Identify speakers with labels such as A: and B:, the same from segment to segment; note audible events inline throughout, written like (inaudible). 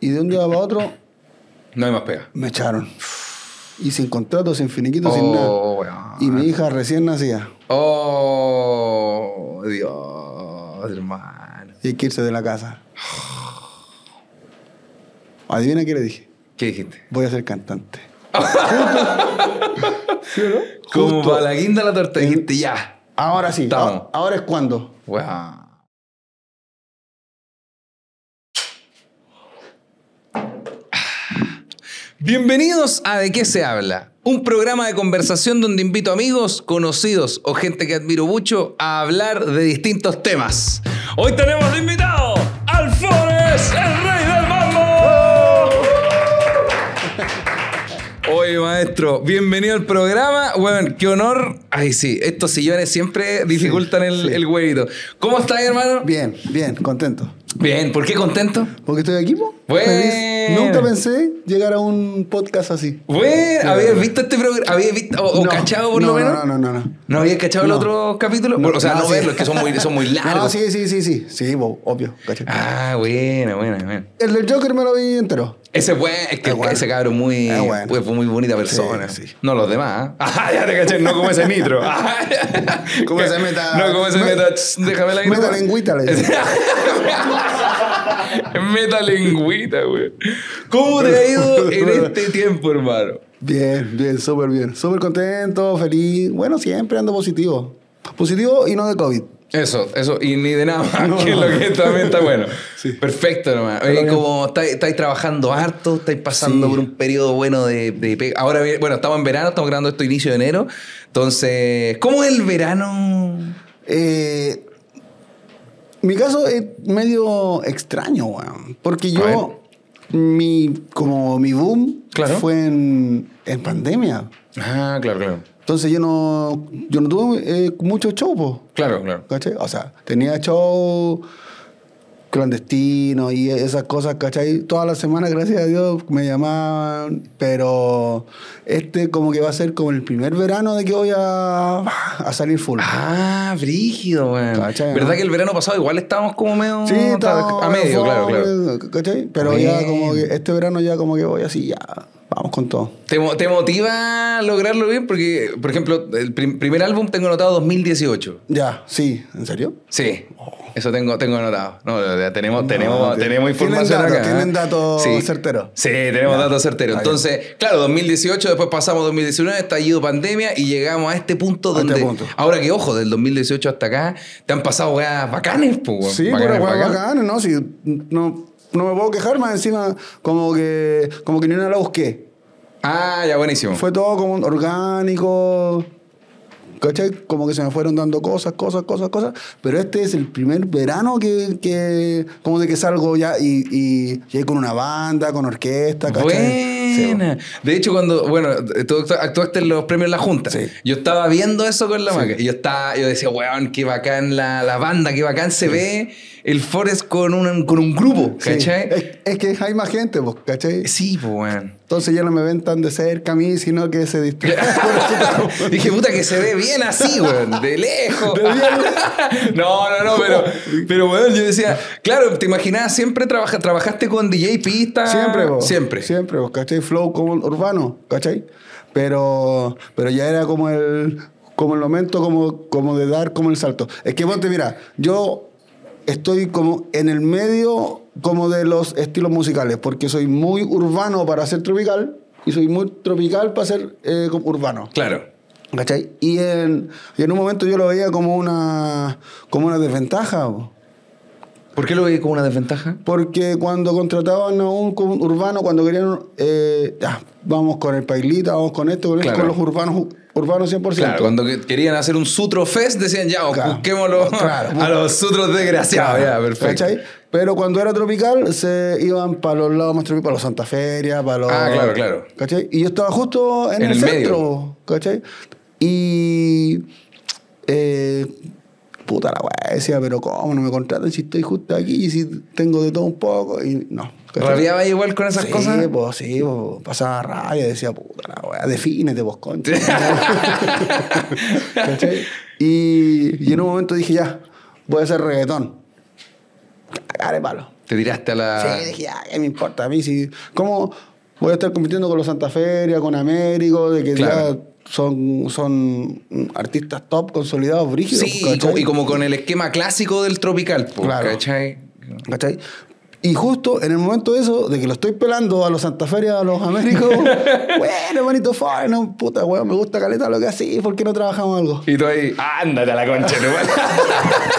A: Y de un día para otro
B: No hay más pega.
A: me echaron. Y sin contrato, sin finiquito, sin nada.
B: Oh,
A: Y
B: weón.
A: mi hija recién nacía.
B: Oh, Dios, hermano.
A: Y hay que irse de la casa. Adivina qué le dije.
B: ¿Qué dijiste?
A: Voy a ser
B: (laughs)
A: cantante.
B: Como para la guinda de la torta, dijiste ya.
A: Ahora sí.
B: Estamos.
A: ahora- Ahora es cuando.
B: Weón. Bienvenidos a De qué se habla, un programa de conversación donde invito amigos, conocidos o gente que admiro mucho a hablar de distintos temas. Hoy tenemos de invitado al Forest, el rey del
A: ¡Oh!
B: mambo. Oye, maestro, bienvenido al programa. Bueno, qué honor. Ay, sí, estos sillones siempre dificultan
A: sí.
B: el, el huevito. ¿Cómo estás, hermano?
A: Bien, bien, contento.
B: Bien, ¿por qué contento?
A: Porque estoy aquí, po.
B: Bueno.
A: Feliz. Nunca pensé llegar a un podcast así.
B: Bueno, ¿habías visto este programa? ¿Habías visto o, o
A: No,
B: cachado por
A: no,
B: lo menos?
A: No, no, no, no.
B: ¿No habías cachado
A: No.
B: el otro capítulo?
A: No,
B: o sea,
A: no,
B: no,
A: sí.
B: verlos, que son muy, son muy
A: (laughs)
B: largos.
A: No, sí, sí, sí, sí. Sí, po, obvio. cacho.
B: Ah, bueno, bueno, bueno.
A: El del Joker me lo vi entero.
B: Ese buen, es que
A: Es bueno.
B: ese cabrón muy,
A: Es bueno.
B: fue muy bonita persona.
A: Sí, sí.
B: Ah, No los demás. (laughs) ¿ah? Ajá, ya te caché, no como ese (laughs) nitro. Ajá.
A: Como ese meta-
B: (laughs) No como ese
A: me-
B: (laughs) meta. ch, Déjame la
A: Meta lengüita, le dicen.
B: (laughs) Meta lengüita, güey. ¿Cómo te ha ido (laughs) en este tiempo, hermano?
A: Bien, bien, súper bien. Súper contento, feliz. Bueno, siempre ando positivo. Positivo y no de COVID.
B: Eso, eso, y ni de nada
A: (laughs)
B: más,
A: No,
B: que
A: no.
B: lo que también está bueno.
A: (laughs) Sí.
B: Perfecto, hermano. Oye,
A: bien.
B: como estáis, estáis trabajando harto, estáis pasando
A: Sí.
B: por un periodo bueno de, de pe- Ahora, vi- bueno, estamos en verano, estamos grabando esto inicio de enero. Entonces, ¿cómo es el verano?
A: Eh, mi caso es medio extraño, weón. Porque yo, mi, como mi boom
B: Claro.
A: fue en, en pandemia.
B: Ah, claro, claro.
A: Entonces yo no, yo no tuve eh, mucho show, po,
B: Claro, claro.
A: ¿cachai? O sea, tenía show clandestino y esas cosas, ¿cachai? Todas las semanas, gracias a Dios, me llamaban, pero este como que va a ser como el primer verano de que voy a, a salir full.
B: Ah, brígido, weón.
A: Cachai,
B: ¿Verdad
A: ¿no?
B: que el verano pasado igual estábamos como medio.
A: Sí, estaba
B: a medio, claro, claro.
A: ¿Cachai? Pero ya
B: Bien.
A: como que este verano ya como que voy así, ya, vamos con todo.
B: ¿Te, mo- te motiva lograrlo bien? Porque, por ejemplo, el prim- primer álbum tengo anotado 2018.
A: Ya, sí, ¿en serio?
B: Sí, eso tengo, tengo anotado. No, ya tenemos,
A: tiene-
B: tenemos, tenemos
A: tienen
B: información
A: datos,
B: acá. ¿eh?
A: tienen datos certeros.
B: Sí, tenemos datos certeros.
A: ya.
B: Entonces, claro, 2018, después pasamos 2019, estallido pandemia y llegamos a este punto
A: A este
B: donde...
A: punto.
B: Ahora que, ojo, del 2018 hasta acá, te han pasado weas bacanes, pues. weón.
A: Sí,
B: Bacanes,
A: pero bueno,
B: bacanes.
A: bacán, ¿no? Sí, no, no me puedo quejar, más encima como que, como que ni una la busqué.
B: Ah, ya, buenísimo.
A: Fue todo como orgánico, ¿cachai? Como que se me fueron dando cosas, cosas, cosas, cosas. Pero este es el primer verano que, que como de que salgo ya y, y llegué con una banda, con
B: ¿Ah,
A: orquesta, ¿cachai? Sí,
B: Buena. De hecho, cuando, bueno, tú actu- actuaste en los premios La Junta.
A: Sí.
B: Yo estaba viendo eso con la maca. Y yo estaba, yo decía, weón, qué bacán la, la banda, qué bacán se ve el Forest con un, con un grupo,
A: Sí,
B: ¿cachai?
A: Es, es que hay más gente, pues, ¿cachai?
B: Sí, pues, weón. (laughs)
A: Entonces ya no me ven tan de cerca a mí, sino que se distraen.
B: Dije, puta, que se ve bien así, weón, de lejos.
A: De lejos.
B: (laughs) no, no, no, pero, pero weón, yo decía, claro, te imaginabas, siempre trabaja, trabajaste con DJ Pista.
A: siempre, vos.
B: Siempre.
A: Siempre, vos, ¿cachai? Flow como urbano, ¿cachai? Pero, pero ya era como el, como el momento como, como de dar como el salto. Es que, ponte, mira, yo estoy como en el medio como de los estilos musicales, porque soy muy urbano para ser tropical y soy muy tropical para ser eh, como urbano.
B: Claro.
A: ¿Cachai? Y en, y en un momento yo lo veía como una, como una desventaja. po.
B: ¿Por qué lo veía como una desventaja?
A: Porque cuando contrataban a un, con un urbano, cuando querían, eh, ah, vamos con el Pailita, vamos con esto, con, esto, con
B: Claro.
A: los urbanos, urbanos 100%.
B: Claro, cuando que- querían hacer un sutro fest, decían ya,
A: Claro.
B: busquémoslo
A: Claro.
B: a los sutros desgraciados. Ah, Ya, perfecto.
A: ¿Cachai? Pero cuando era tropical, se iban para los lados más tropicales, para los Santa Feria, para los.
B: Ah, claro, claro.
A: ¿Cachai? Y yo estaba justo en,
B: En
A: el,
B: el medio.
A: centro, ¿cachai? Y. eh, puta la weá, decía, pero ¿cómo no me contratan si estoy justo aquí y si tengo de todo un poco? Y no. ¿cachai?
B: ¿Rabiaba igual con esas
A: sí,
B: cosas?
A: Pues, sí, pues, pasaba rabia, decía, puta la weá, defínete vos, concha. (laughs) ¿Cachai? Y, y en un momento dije, ya, voy a hacer reggaetón. Cagare palo.
B: Te tiraste a la.
A: Sí, dije, ah, ¿qué me importa a mí? Si, ¿Cómo voy a estar compitiendo con los Santa Feria, con Américo, de que
B: Claro.
A: ya son, son artistas top, consolidados, brígidos?
B: Sí, y
A: ¿cachai?
B: como, pues, y como con el esquema clásico del tropical, po,
A: Claro.
B: ¿cachai?
A: ¿Cachai? Y justo en el momento de eso, de que lo estoy pelando a los Santa Feria, a los
B: (laughs)
A: Américos, bueno, bonito fue, no, puta, weón, me gusta caleta lo que así, ¿por qué no trabajamos algo?
B: Y tú ahí, ándate a la concha, tu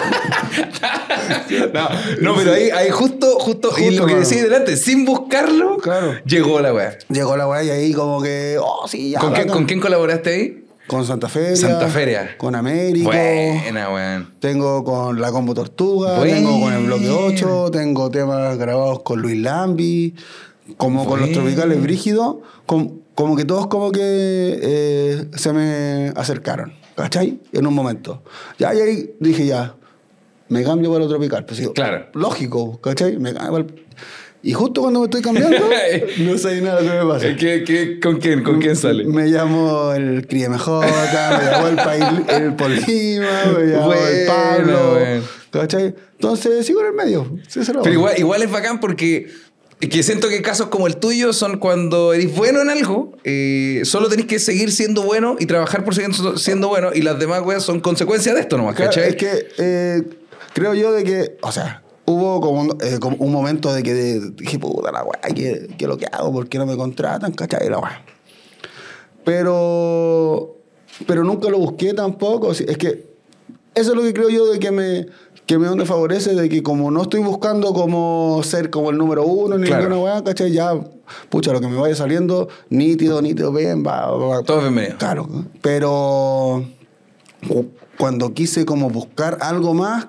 B: madre". (laughs) No, no, pero ahí, ahí justo, justo, y
A: Justo,
B: lo que
A: mano.
B: decís delante, sin buscarlo,
A: Claro.
B: llegó la weá.
A: Llegó la weá y ahí como que, oh, sí, ya.
B: ¿Con, quién-
A: bacán.
B: con quién colaboraste ahí?
A: Con Santa Feria.
B: Santa Feria.
A: Con Américo.
B: Buena, weón.
A: Tengo con la Combo Tortuga,
B: Buena.
A: tengo con el Bloque 8, tengo temas grabados con Luis Lambi, como con los
B: Buena.
A: Tropicales Brígidos, com- como que todos como que eh, se me acercaron, ¿cachai? En un momento. Ya, y ahí dije ya, me cambio para lo Tropical. Pues digo,
B: Claro.
A: Lógico, ¿cachai? Me cambio para el- Y justo cuando me estoy cambiando, (laughs) no sé nada lo que me pasa.
B: ¿Qué- qué- con quién? ¿Con quién sale?
A: Me llamó el Crie MJ, me llamó el, Pail- el Polima, me llamó el
B: Bueno,
A: Pablo.
B: bueno.
A: ¿Cachai? Entonces sigo en el medio. sí, se lo
B: Pero
A: hago.
B: igual, igual es bacán porque que siento que casos como el tuyo son cuando eres bueno en algo, eh, solo tenés que seguir siendo bueno y trabajar por seguir so- siendo bueno y las demás weas son consecuencia de esto nomás,
A: Claro,
B: ¿cachai?
A: Es que eh, creo yo de que, o sea, hubo como un, eh, como un momento de que de- dije, puta la weá, ¿qué, qué es lo que hago? ¿Por qué no me contratan? ¿Cachai? La weá. Pero, pero nunca lo busqué tampoco. si- Es que eso es lo que creo yo de que me, que me donde favorece, de que como no estoy buscando como ser como el número uno ni
B: Claro.
A: ninguna weá, ¿cachai? Ya, pucha, lo que me vaya saliendo, nítido, nítido, bien, va, va, va.
B: Todo es bienvenido.
A: Claro, pero cu- cuando quise como buscar algo más,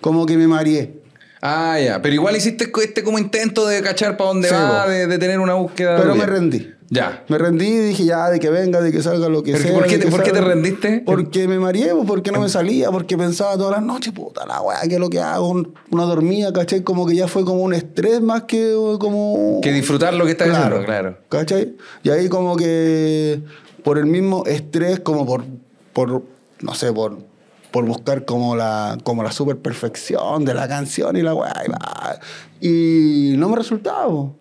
A: como que me mareé.
B: Ah, ya. Pero igual hiciste co- este como intento de cachar para dónde
A: Sí,
B: va,
A: po.
B: de, de tener una búsqueda.
A: Pero
B: tuya.
A: me rendí.
B: Ya.
A: Me rendí y dije ya, de que venga, de que salga lo que
B: ¿Pero
A: sea.
B: por qué
A: de
B: te-
A: que
B: por qué te
A: salga.
B: rendiste?
A: Porque me mareé, pues, porque no me salía, porque pensaba todas las noches, puta la weá, ¿qué es lo que hago? No dormía, ¿cachai? Como que ya fue como un estrés más que eh, como...
B: Que disfrutar lo que estás haciendo, claro.
A: ¿Cachai? Y ahí como que por el mismo estrés, como por, por no sé, por, por buscar como la, como la super perfección de la canción y la weá. Y, va. Y no me resultaba. po.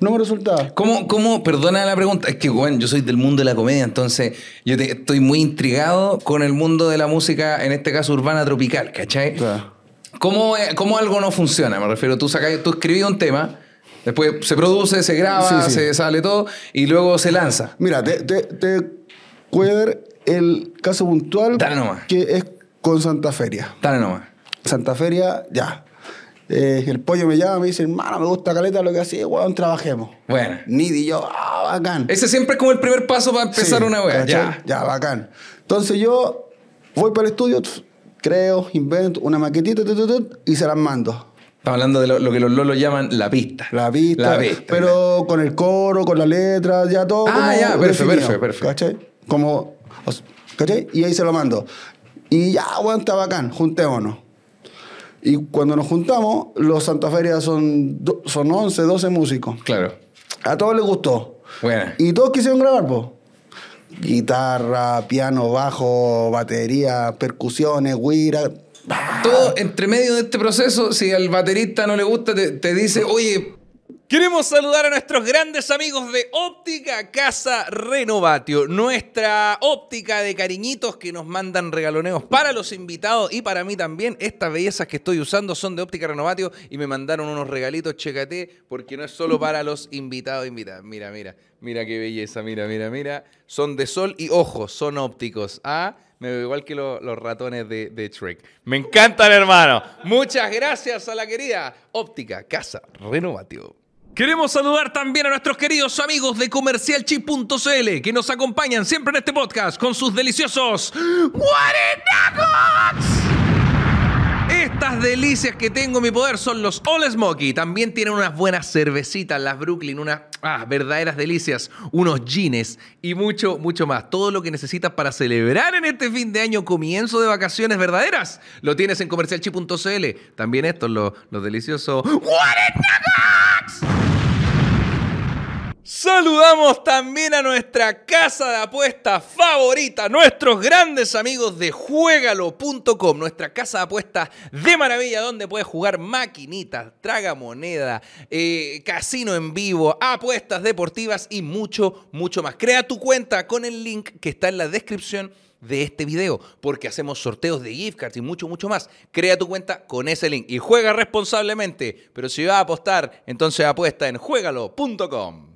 A: No me resultaba.
B: ¿Cómo, cómo, perdona la pregunta, es que, bueno, yo soy del mundo de la comedia, entonces yo te- estoy muy intrigado con el mundo de la música, en este caso urbana tropical, ¿cachai?
A: Claro.
B: ¿Cómo, eh, cómo algo no funciona? Me refiero, tú, sacas, tú escribís un tema, después se produce, se graba,
A: Sí, sí.
B: se sale todo y luego se lanza.
A: Mira, te, te, te voy a dar el caso puntual
B: Dale nomás.
A: que es con Santa Feria.
B: Dale nomás.
A: Santa Feria, ya. Eh, el pollo me llama, me dice, hermano, me gusta caleta lo que hacía, weón, trabajemos.
B: Bueno.
A: Nidi y yo, ah, bacán.
B: Ese siempre es como el primer paso para empezar
A: Sí,
B: una wea.
A: ¿cachai?
B: Ya.
A: Ya, bacán. Entonces yo voy para el estudio, tf, creo, invento una maquetita tut, tut, tut, y se las mando.
B: Estamos hablando de lo, lo que los lolos llaman la pista.
A: La pista,
B: La pista.
A: pero con el coro, con la letra, ya todo.
B: Ah,
A: como
B: ya, perfecto,
A: definido,
B: perfecto, perfecto.
A: ¿Cachai? Como, o sea, ¿cachai? Y ahí se lo mando. Y ya, weón, está bacán, juntémonos. Y cuando nos juntamos, los Santa Feria son, do- son 11, 12 músicos.
B: Claro.
A: A todos les gustó.
B: Buena.
A: Y todos quisieron grabar, po. Guitarra, piano, bajo, batería, percusiones, guira.
B: Todo entre medio de este proceso, si al baterista no le gusta, te, te dice, oye.
C: Queremos saludar a nuestros grandes amigos de Óptica Casa Renovatio, nuestra óptica de cariñitos que nos mandan regaloneos para los invitados y para mí también. Estas bellezas que estoy usando son de Óptica Renovatio y me mandaron unos regalitos, chécate, porque no es solo para los invitados e invitadas. Mira, mira, mira qué belleza, mira, mira, mira. Son de sol y ojos, son ópticos. Ah, me veo igual que lo- los ratones de, de Shrek. Me encantan, hermano. Muchas gracias a la querida Óptica Casa Renovatio. Queremos saludar también a nuestros queridos amigos de comercialchi.cl que nos acompañan siempre en este podcast con sus deliciosos guarenacos. Estas delicias que tengo en mi poder son los All Smoky. También tienen unas buenas cervecitas, las Brooklyn, unas ah, verdaderas delicias, unos jeans y mucho, mucho más. Todo lo que necesitas para celebrar en este fin de año, comienzo de vacaciones verdaderas, lo tienes en comercialchi.cl. También estos, los, los deliciosos. ¡Guarenacos! Saludamos también a nuestra casa de apuestas favorita, nuestros grandes amigos de juegalo.com, nuestra casa de apuestas de maravilla, donde puedes jugar maquinitas, tragamoneda, eh, casino en vivo, apuestas deportivas y mucho, mucho más. Crea tu cuenta con el link que está en la descripción de este video, porque hacemos sorteos de gift cards y mucho, mucho más. Crea tu cuenta con ese link y juega responsablemente. Pero si vas a apostar, entonces apuesta en juegalo.com.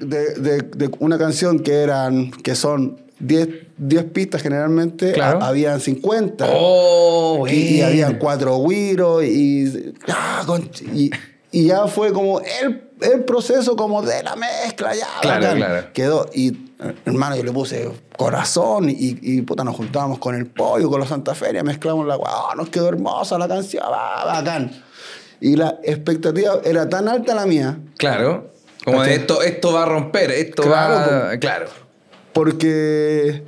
A: de, de- de una canción que eran que son 10 10 pistas generalmente,
B: Claro.
A: ha- habían 50.
B: Oh,
A: y, y
B: buena.
A: habían cuatro güiros y, ah, con- y, y ya fue como el, el proceso como de la mezcla, ya.
B: Claro, claro.
A: Quedó. Y eh, hermano, yo le puse corazón y, y, puta, nos juntábamos con el pollo, con los Santa Feria, mezclamos la guau, nos quedó hermosa la canción, va, bacán. Y la expectativa era tan alta la mía,
B: Claro. Como de
A: ¿Cachai?
B: esto, esto va a romper, esto
A: Claro,
B: va. Claro.
A: porque,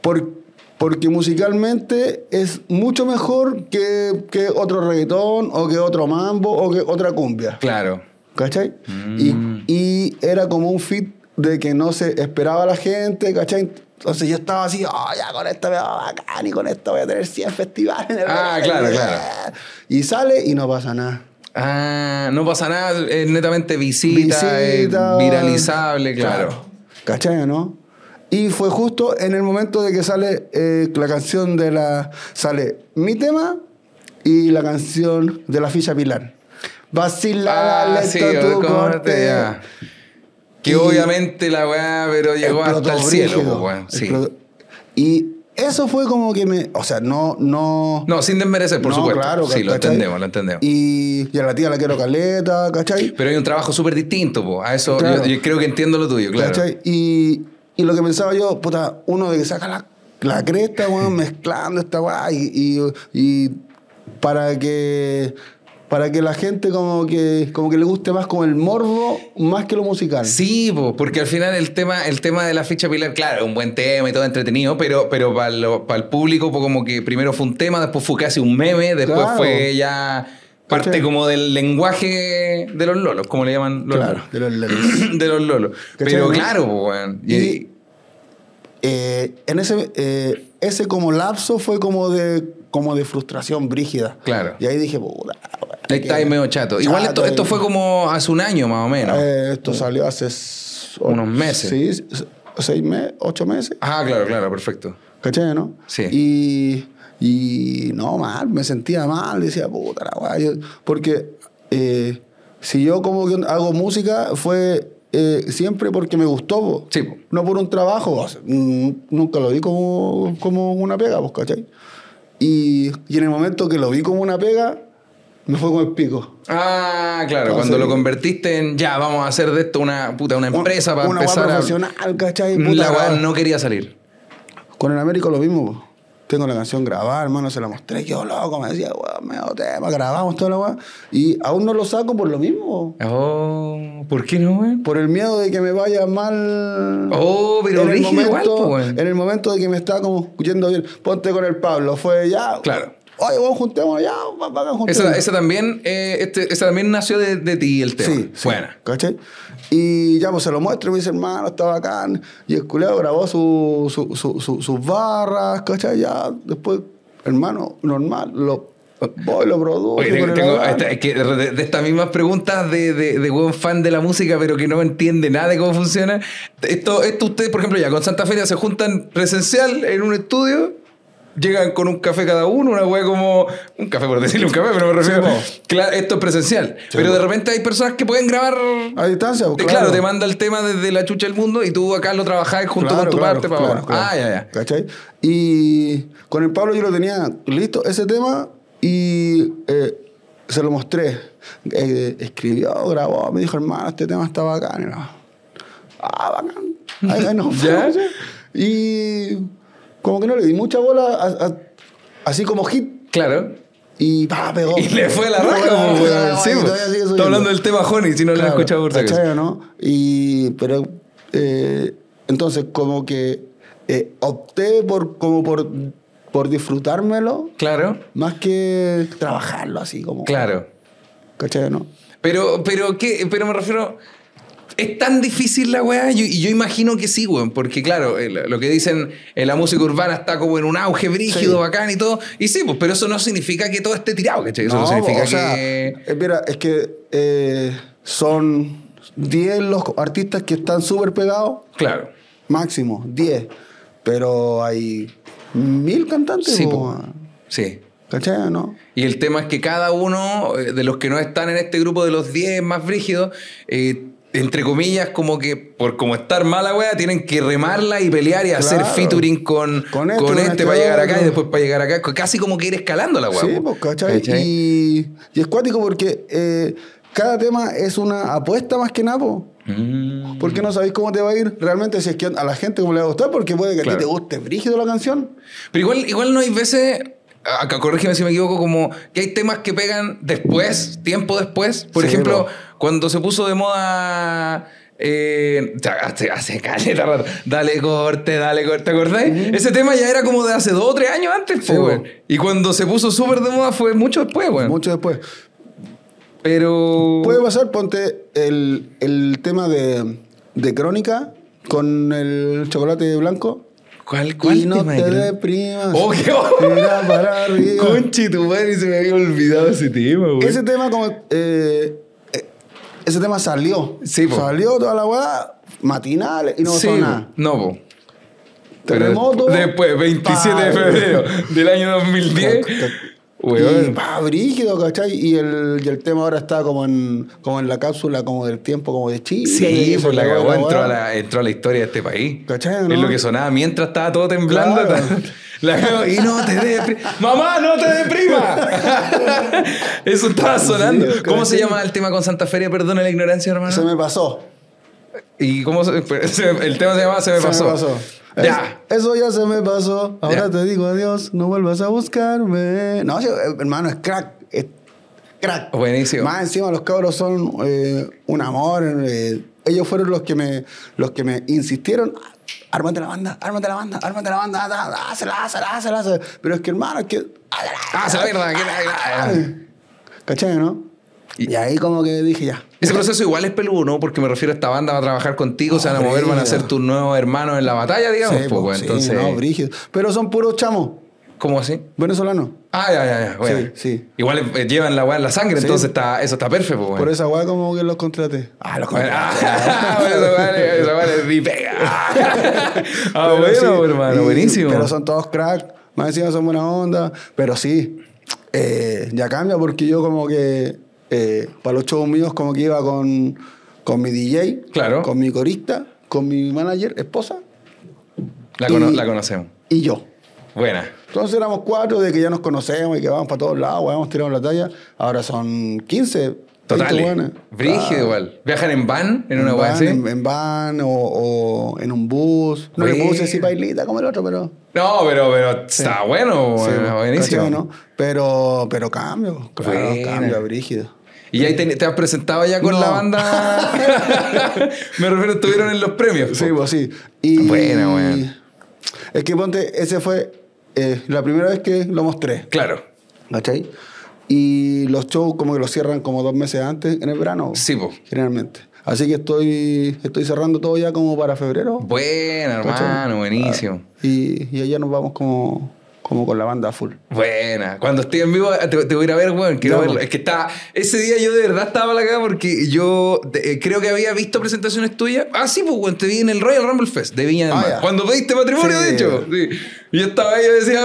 A: por- porque musicalmente es mucho mejor que, que otro reggaetón o que otro mambo o que otra cumbia.
B: Claro.
A: ¿Cachai? Y-
B: Mm.
A: Y, era como un fit de que no se esperaba la gente, ¿cachai? Entonces yo estaba así, oh, ya con esto me va bacán y con esto voy a tener 100 festivales. en el
B: Ah,
A: verano".
B: claro, claro.
A: Y sale y no pasa nada.
B: Ah, no pasa nada, es netamente visita, es
A: Visita,
B: viralizable, claro.
A: ¿Cachai o no? Y fue justo en el momento de que sale eh, la canción de la... Sale mi tema y la canción de la ficha Pilar. Vacila,
B: Ah,
A: dale
B: sí,
A: to tu
B: corte,
A: corte.
B: ya. Que
A: Y-
B: obviamente la weá, pero llegó
A: Explotó
B: hasta el cielo,
A: brígido.
B: po, weón. Sí.
A: Explotó. Y eso fue como que me. O sea, no. No,
B: No, sin desmerecer, por
A: no,
B: supuesto. sí, lo
A: ¿cachai?
B: entendemos, lo entendemos.
A: Y, y a la tía la quiero caleta, ¿cachai?
B: Pero hay un trabajo súper distinto, po. A eso
A: Claro.
B: yo, yo creo que entiendo lo tuyo, claro.
A: ¿Cachai? Y, y lo que pensaba yo, puta, uno de que saca la, la cresta,
B: (laughs)
A: weón, mezclando esta weá, y, y, y para que para que la gente como que como que le guste más como el morbo más que lo musical.
B: Sí, po, porque al final el tema, el tema de la ficha pilar, claro, es un buen tema y todo entretenido, pero, pero para, lo- para el público, po, como que primero fue un tema, después fue casi un meme, después
A: Claro.
B: fue ya parte
A: ¿Cachai?
B: como del lenguaje de los lolos, como le llaman los
A: claro.
B: lolos. (coughs)
A: de los Lelux.
B: de los lolos.
A: ¿Cachai?
B: Pero claro, po, weón. Y-
A: Y eh, en ese, eh, ese como lapso fue como de, como de frustración brígida.
B: Claro.
A: Y ahí dije, puta. weón,
B: ahí está ahí
A: que-
B: medio chato. Igual esto, esto
A: y-
B: fue como hace un año más o menos.
A: Eh, esto salió hace... s-
B: Unos meses.
A: Sí, s- seis meses, ocho meses.
B: Ah, claro, claro, perfecto.
A: ¿Cachai, no?
B: Sí.
A: Y, y no, mal, me sentía mal, decía, puta la weá. yo- Porque eh, si yo como que hago música fue eh, siempre porque me gustó, po.
B: Sí, po.
A: no por un trabajo, o sea, mm, nunca lo vi como, como una pega, pues, ¿cachai? Y, y en el momento que lo vi como una pega, me fue con el pico.
B: Ah, claro,
A: Entonces-
B: cuando lo convertiste en ya, vamos a hacer de esto una puta, una empresa para
A: una weá
B: empezar a.
A: profesional, ¿cachai? Puta
B: La weá
A: weá.
B: no quería salir.
A: Con el Américo lo mismo. po. Tengo la canción grabada, hermano, se la mostré, yo loco, me decía, weón, medio tema, grabamos toda la weá. Y aún no lo saco por lo mismo, po.
B: Oh, ¿por qué no, weón?
A: por el miedo de que me vaya mal.
B: Oh, pero
A: en el,
B: rígido
A: momento,
B: igual, po, weón.
A: en el momento de que me está como yendo bien. Ponte con el Pablo, fue ya.
B: Claro.
A: Oye, vos juntemos ya, va- va- juntemos.
B: Esa, esa también, eh, este, esa también nació de, de ti el tema.
A: Sí, sí.
B: Buena.
A: ¿Cachai? Y ya, pues se lo muestro y me dice, hermano, está bacán. Y el culeo grabó su- su- su- su- sus barras, ¿cachai? Ya, después, hermano, normal, lo voy, lo produzco.
B: Oye, tengo-
A: con el
B: tengo-
A: Adán.
B: esta- es que de, de estas mismas preguntas de, de, de weón fan de la música, pero que no entiende nada de cómo funciona. Esto, esto ustedes, por ejemplo, ya con Santa Feria se juntan presencial en un estudio, llegan con un café cada uno, una wea como. Un café, por decirle un café, pero me refiero.
A: po.
B: claro, esto es presencial. pero de repente hay personas que pueden grabar.
A: A distancia,
B: Te-
A: pues,
B: Claro, te manda el tema desde la chucha del mundo y tú acá lo trabajás junto
A: Claro,
B: con tu
A: claro,
B: parte para
A: claro,
B: abajo.
A: claro.
B: Ah, ya, ya.
A: ¿Cachai? Y con el Pablo yo lo tenía listo, ese tema, y eh, se lo mostré. Eh, escribió, grabó, me dijo, hermano, este tema está bacán. Y yo, ah, bacán. Ahí, ahí nos
B: (laughs) ¿Ya?
A: fuimos. Y como que no le di mucha bola, a- a- así como hit,
B: Claro.
A: y pa, pegó.
B: Y le fue
A: (laughs)
B: la
A: Pegó,
B: raja,
A: pegó, pegó,
B: po, weón. Sí,
A: y
B: po.
A: todavía sigue
B: Está
A: subiendo.
B: hablando del tema Honey, si no lo has
A: Claro,
B: escuchado por si acaso.
A: ¿cachai o no? Y, pero, eh, entonces, como que eh, opté por, como por, por disfrutármelo
B: Claro,
A: más que trabajarlo así como.
B: claro.
A: ¿Cachai o no?
B: Pero, pero, ¿qué? Pero me refiero. Es tan difícil la weá, yo- y yo imagino que sí, weón, porque claro, eh, lo que dicen, eh, la música urbana está como en un auge brígido,
A: Sí.
B: bacán y todo, y sí, pues, pero eso no significa que todo esté tirado, ¿cachai? Eso no,
A: No,
B: significa
A: o sea,
B: que...
A: eh, mira, es que eh, son 10 los artistas que están súper pegados,
B: Claro.
A: máximo, 10. Pero hay mil cantantes,
B: Sí,
A: po,
B: po. Sí.
A: ¿cachai? o ¿No?
B: Y el tema es que cada uno eh, de los que no están en este grupo de los 10 más brígidos, eh, entre comillas, como que por como estar mala weá, tienen que remarla y pelear y hacer
A: Claro.
B: featuring con, con
A: Con
B: este,
A: este, con este
B: para llegar acá
A: otro.
B: y después para llegar acá. Casi como que ir escalando la weá.
A: Sí,
B: po.
A: pues, ¿cachai? Y, y es cuático porque eh, cada tema es una apuesta más que nada, po.
B: Mm.
A: Porque no sabéis cómo te va a ir realmente si es que a la gente cómo le va a gustar, porque puede que
B: Claro.
A: a ti te guste brígido la canción.
B: Pero igual, igual no hay veces, acá corrígeme si me equivoco, como que hay temas que pegan después, tiempo después. Por
A: Sí,
B: ejemplo,
A: bro.
B: cuando se puso de moda. eh, o sea, hace, hace caleta rato. Dale corte, dale corte, ¿te acordáis? Ese tema ya era como de hace dos o tres años antes,
A: Sí,
B: po, weón.
A: bro.
B: Y cuando se puso súper de moda fue mucho después, weón.
A: Mucho después.
B: Pero.
A: Puede pasar, ponte el, el tema de, de Crónica con el chocolate blanco.
B: ¿Cuál, cuál
A: y no
B: tema
A: te
B: era?
A: deprimas.
B: Oh, qué-
A: Mira para
B: (laughs)
A: arriba.
B: Conche tu madre, se me había olvidado ese tema, weón.
A: Ese tema como... eh, eh, ese tema salió.
B: Sí, po.
A: Salió toda la weá, matinal y no
B: Sí,
A: pasó nada.
B: No, po. Pero
A: Terremoto.
B: desp- Después, 27 de
A: pa, (laughs)
B: febrero del año 2010.
A: Y
B: Weón.
A: va brígido, ¿cachai? Y el, y el tema ahora está como en, como en la cápsula como del tiempo, como de Chile. y
B: Sí,
A: eso,
B: pues la cagó,
A: weá.
B: entró a la, entró a la historia de este país.
A: ¿Cachai, no?
B: Es lo que sonaba mientras estaba todo temblando.
A: Claro.
B: (laughs) La cagó, y no te deprimas. ¡Mamá, no te deprimas! (laughs) Eso estaba sonando.
A: Sí,
B: ¿Cómo se
A: ¿cachai?
B: llama el tema con Santa Feria? Perdona la ignorancia, hermano.
A: Se me pasó.
B: ¿Y cómo se, (laughs) pero se- el tema se llamaba Se me
A: Se
B: pasó?
A: me pasó.
B: Ya.
A: Es- Eso ya se me pasó. Ahora
B: Ya.
A: te digo adiós, no vuelvas a buscarme. No, sí, eh, hermano, es crack. Es crack.
B: Buenísimo.
A: Más encima los cabros son eh, un amor. eh, ellos fueron los que me, los que me insistieron. Ármate la banda, ármate la banda, ármate la banda, há- há- hácela, hácela, hácela, hácela. Pero es que hermano, es que.
B: Ah, se la mierda. que-
A: ¿Cachai, no?
B: Y-
A: Y, ahí como que dije ya.
B: Ese proceso igual es peludo, ¿no? Porque me refiero a esta banda va a trabajar contigo, se van a mover, van a ser tus nuevos hermanos en la batalla, digamos.
A: Sí,
B: pues,
A: po,
B: weón.
A: sí,
B: Entonces,
A: no, brígido. Pero son puros chamos,
B: ¿cómo así?
A: venezolanos.
B: Ah, ya, ya, ya. bueno.
A: Sí, sí.
B: Igual eh, llevan la weá en la sangre,
A: Sí.
B: entonces está, eso está perfecto, pues,
A: Por
B: weón.
A: esa weá como que los contraté. Ah, los
B: Bueno, (laughs) ah, bueno, esa
A: (laughs)
B: weá le- esa weá le di pega. Ah,
A: Pero
B: bueno,
A: sí,
B: hermano,
A: y-
B: buenísimo.
A: Pero son todos crack, más encima son buena onda. Pero sí, eh, ya cambia porque yo como que eh, para los shows míos como que iba con, con mi DJ,
B: Claro.
A: con mi corista, con mi manager, esposa
B: La, cono-
A: y-
B: la conocemos.
A: y yo.
B: Buena.
A: Entonces éramos cuatro de que ya nos conocemos y que vamos para todos lados, vamos tirando la talla. Ahora son 15.
B: Total.
A: 20
B: eh.
A: buenas.
B: Brígido
A: Claro.
B: igual. ¿Viajan en van? ¿En una weá
A: van,
B: así?
A: Ah. En, en van o, o en un bus. No le
B: Bueno.
A: puse así bailita como el otro, pero.
B: No, pero, pero está bueno,
A: sí,
B: weón, buenísimo.
A: ¿cachai, no? Pero, pero cambio. Claro,
B: Buena.
A: cambio, brígido.
B: ¿Y ahí te, te has presentado ya con
A: No.
B: la
A: (laughs)
B: banda? Me refiero, estuvieron en los premios.
A: Sí,
B: po.
A: pues sí. Y,
B: Buena, buena.
A: Es que ponte, ese fue eh, la primera vez que lo mostré.
B: Claro.
A: ¿Cachai? Y los shows como que los cierran como dos meses antes, en el verano.
B: Sí, po.
A: Generalmente. Así que estoy, estoy cerrando todo ya como para febrero.
B: Buena,
A: ¿Cachai?
B: hermano, buenísimo.
A: Y, y allá nos vamos como, como con la banda full.
B: Buena. Cuando esté en vivo, te, te voy a ir a ver, weón. Quiero
A: Ya,
B: verlo.
A: po.
B: Es que está. Ese día yo de verdad estaba para acá porque yo te- eh, creo que había visto presentaciones tuyas. Ah, sí, pues, weón. Te vi en el Royal Rumble Fest de Viña del
A: Ah,
B: Mar.
A: ya.
B: Cuando pediste matrimonio,
A: Sí.
B: de hecho. Sí. Y yo estaba ahí y yo decía,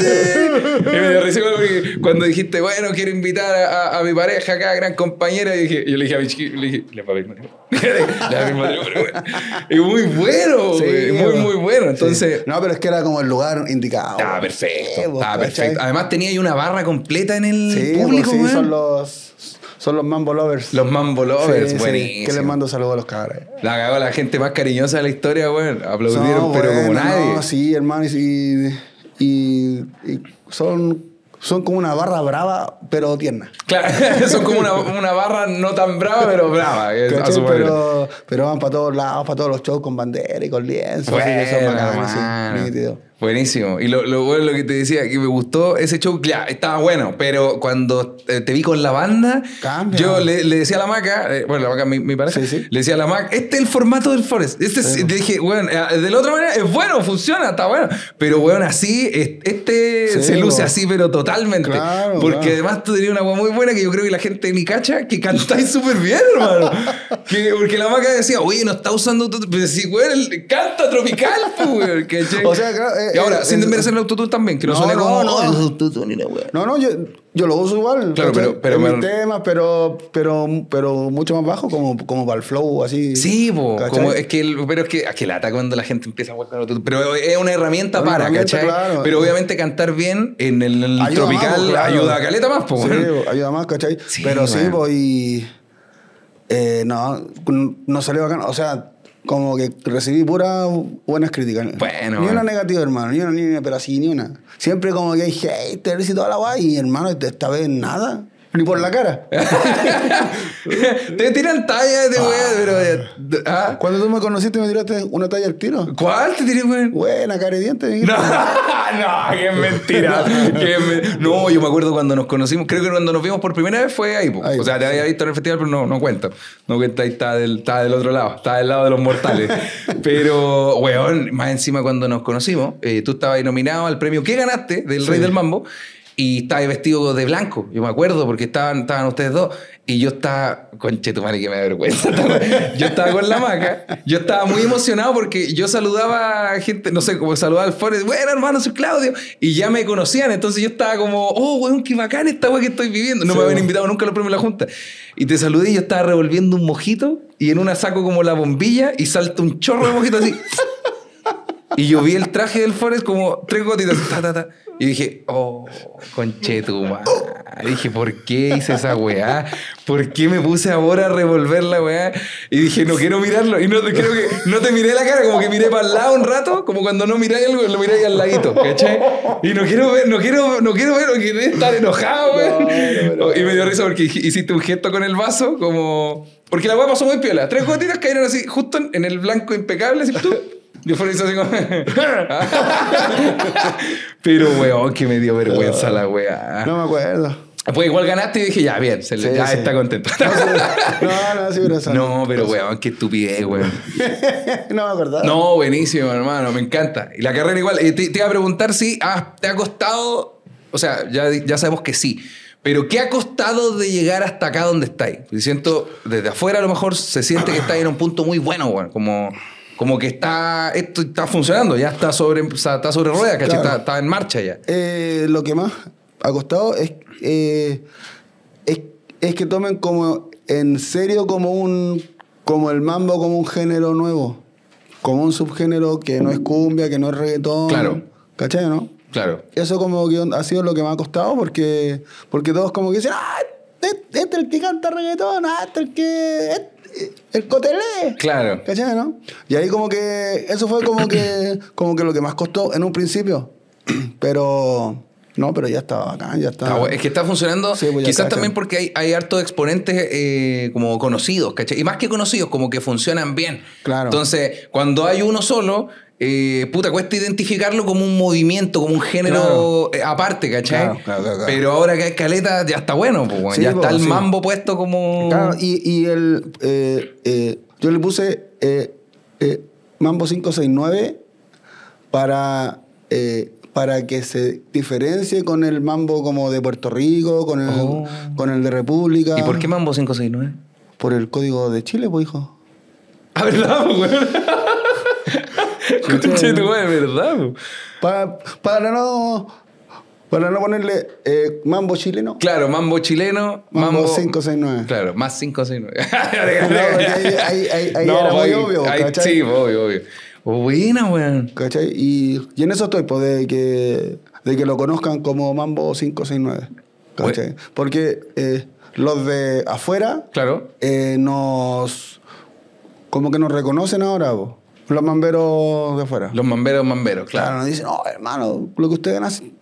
A: (laughs)
B: sí. y me dio risa igual porque cuando dijiste, bueno, quiero invitar a, a- a mi pareja acá, gran compañera. Y dije, yo le dije a mi chiquillo, le dije, le va a pedir matrimonio. (laughs) le va a pedir matrimonio, weón. Y muy bueno,
A: Sí,
B: weón,
A: bueno.
B: Muy, muy bueno. Entonces.
A: Sí. No, pero es que era como el lugar indicado.
B: Ah, perfecto.
A: Sí, vos,
B: Ah,
A: ¿cachai?
B: perfecto. Además tenía ahí una barra completa en el
A: Sí,
B: público,
A: pues, sí,
B: weón.
A: son los, son los Mambo Lovers.
B: Los Mambo
A: Sí,
B: Lovers,
A: sí,
B: buenísimo.
A: Que les mando saludos a los cabros.
B: La cagó la gente más cariñosa de la historia, weón. Aplaudieron,
A: No,
B: pero como
A: bueno,
B: nadie.
A: no, sí, hermano, y, y, y son, son como una barra brava, pero tierna.
B: Claro, (laughs) son como una, una barra no tan brava, pero brava. eh, a
A: ¿Cachai?
B: su manera.
A: Pero, pero van para todos lados, para todos los shows con bandera y con lienzo. así que son
B: Bueno,
A: bacanes, sí,
B: hermano.
A: nítido.
B: Buenísimo. Y lo, lo bueno lo que te decía, que me gustó ese show, ya, estaba bueno, pero cuando eh, te vi con la banda,
A: Cambia.
B: yo le, le decía a la maca, eh, bueno, la maca mi, mi pareja,
A: Sí, sí.
B: le decía a la maca, este es el formato del Forest. Este es-
A: Sí.
B: le dije, bueno, eh, de la otra manera es bueno, funciona, está bueno. Pero bueno, así, es- este
A: Sí,
B: se luce
A: bo.
B: así, pero totalmente.
A: Claro,
B: Porque
A: claro.
B: además tú tenías una voz muy buena que yo creo que la gente ni cacha, que cantáis (laughs) súper bien, hermano. Que- porque la maca decía, oye, no está usando autotune. Pero sí, güey, el- canta tropical, pues, güey, ¿cachai?
A: O sea, claro, eh,
B: y ahora,
A: eh,
B: sin
A: eh,
B: desmerecer el autotune también, que no,
A: No,
B: suene
A: no,
B: como...
A: no.
B: "Oh, el autotune, la güey".
A: No, no, yo, yo lo uso igual. ¿cachai?
B: Claro, pero- pero
A: En
B: me-
A: mis temas, pero, pero, pero mucho más bajo, como, como para el flow, así.
B: Sí, po,
A: ¿cachai?
B: como es que el- pero es que, es que lata cuando la gente empieza a jugar con el autotune. Pero es una herramienta
A: Una
B: para,
A: herramienta,
B: ¿cachai?
A: claro.
B: Pero obviamente cantar bien en el,
A: Ayuda
B: tropical
A: más, po, claro.
B: ayuda a caleta más, pues,
A: Sí, po, ayuda más, ¿cachai?
B: Sí,
A: Pero sí,
B: man.
A: po, y. eh, no, no salió bacán. O sea, como que recibí puras buenas críticas.
B: Bueno,
A: Ni una
B: man.
A: negativa, hermano. Ni una, ni una, pero así, ni una. Siempre como que hay haters y toda la guay. Y hermano, esta vez nada. Ni por la cara.
B: (laughs) Te tiran talla
A: Ah.
B: de weá, pero... eh, ¿ah?
A: Cuando tú me conociste, me tiraste una talla al tiro.
B: ¿Cuál te tiré, güey?
A: Buena, cara y diente. me dijiste.
B: (laughs) No, no, qué mentira. (laughs) qué men- No, yo me acuerdo cuando nos conocimos, creo que cuando nos vimos por primera vez fue ahí. po.
A: Ahí,
B: o sea, te había visto en el festival, pero no, no cuenta. No cuenta, ahí está del, está del otro lado, está del lado de los mortales. pero, weón, más encima cuando nos conocimos, eh, tú estabas ahí nominado al premio que ganaste del Rey del Mambo y estabas vestido de blanco. Yo me acuerdo porque estaban, estaban ustedes dos y yo estaba, conche tu madre, que me da vergüenza. (laughs) yo estaba con la maca, yo estaba muy emocionado porque yo saludaba a gente, no sé, como saludaba al Forest, bueno hermano, soy Claudio, y ya me conocían, entonces yo estaba como, oh, weón, qué bacán esta weá que estoy viviendo. No
A: Sí,
B: me habían
A: weón.
B: invitado nunca a los premios de la Junta. Y te saludé y yo estaba revolviendo un mojito y en una saco como la bombilla y salta un chorro de
A: (laughs)
B: mojito así. Y yo vi el traje del Forest como tres gotitas. ta, ta, ta. y dije, oh, conchetumar. Dije, ¿por qué hice esa weá? ¿Por qué me puse ahora a revolver la weá? Y dije, no quiero mirarlo. Y no, creo que no te miré la cara, como que miré para el lado un rato, como cuando no miráis algo, lo miráis al ladito, ¿cachai? Y no quiero ver, no quiero, no quiero ver, no quiero estar enojado, weón.
A: No, no, no.
B: Y me dio risa porque hiciste un gesto con el vaso, como. Porque la weá pasó muy piola. Tres gotitas cayeron así, justo en- en el blanco impecable, así. ¡tup! Y fue así como. Pero weón, que me dio vergüenza la weá.
A: No me acuerdo.
B: Pues igual ganaste y dije, ya, bien, se le-
A: Sí,
B: ya
A: sí.
B: está contento.
A: No, sí, no, no, sí, pero eso
B: No, pero weón, qué estupidez, weón.
A: (laughs) no me acordaba.
B: No, buenísimo, hermano, me encanta. Y la carrera igual. Eh, te, te iba a preguntar si has- te ha costado, o sea, ya, ya sabemos que sí, pero ¿qué ha costado de llegar hasta acá donde estáis? Porque siento, desde afuera a lo mejor se siente que estáis en un punto muy bueno, weón, como, como que está, esto está funcionando, ya está sobre, o sea, está sobre ruedas, ¿cachai?
A: Claro.
B: Está, está en marcha ya.
A: Eh, lo que más ha costado es, eh, es, es que tomen como en serio como un como el mambo como un género nuevo. Como un subgénero que no es cumbia, que no es reggaetón.
B: Claro.
A: ¿Cachai, no?
B: Claro.
A: Eso como que ha sido lo que me ha costado porque, porque todos como que dicen, ah, este este es el que canta reggaetón, ah, este es el que... este- el cotelé.
B: Claro.
A: ¿Cachai, no? Y ahí como que eso fue como que como que lo que más costó en un principio. (clears throat) Pero no, pero ya estaba acá, ya estaba.
B: Está bueno. Ah, Es que está funcionando
A: Sí, pues ya
B: quizás
A: cacha.
B: también porque hay, hay hartos exponentes eh, como conocidos, ¿cachai? Y más que conocidos, como que funcionan bien.
A: Claro.
B: Entonces, cuando hay uno solo, eh, puta, cuesta identificarlo como un movimiento, como un género eh, aparte, ¿cachai?
A: Claro, claro, claro, claro.
B: Pero ahora que hay caleta, ya está bueno, pues, weón.
A: Sí,
B: ya
A: pues,
B: está el
A: sí.
B: mambo puesto como...
A: Claro, y, y el eh, eh, yo le puse eh, eh, Mambo 569 para eh, para que se diferencie con el mambo como de Puerto Rico, con el,
B: Oh.
A: con el de República.
B: ¿Y por qué mambo
A: (laughs)
B: 569?
A: Por el código de Chile, pues hijo.
B: Ah, ¿verdad, pues, weón? Conche tu madre, ¿verdad, pues?
A: Para, para no para no ponerle eh, mambo chileno.
B: Claro, mambo chileno, mambo...
A: Mambo 569.
B: Claro, más (laughs) 569.
A: porque ahí- ahí- ahí- ahí era muy obvio, ¿cachai?
B: Sí, obvio, obvio. Buena, weón.
A: ¿Cachai? Y, y en eso estoy, pues, de que, de que lo conozcan como Mambo 569. ¿Cachai? Porque eh, los de afuera
B: Claro.
A: eh, nos. como que nos reconocen ahora, po. los mamberos de afuera.
B: Los mamberos, mamberos,
A: claro,
B: claro.
A: nos dicen, oh, hermano, lo que ustedes hacen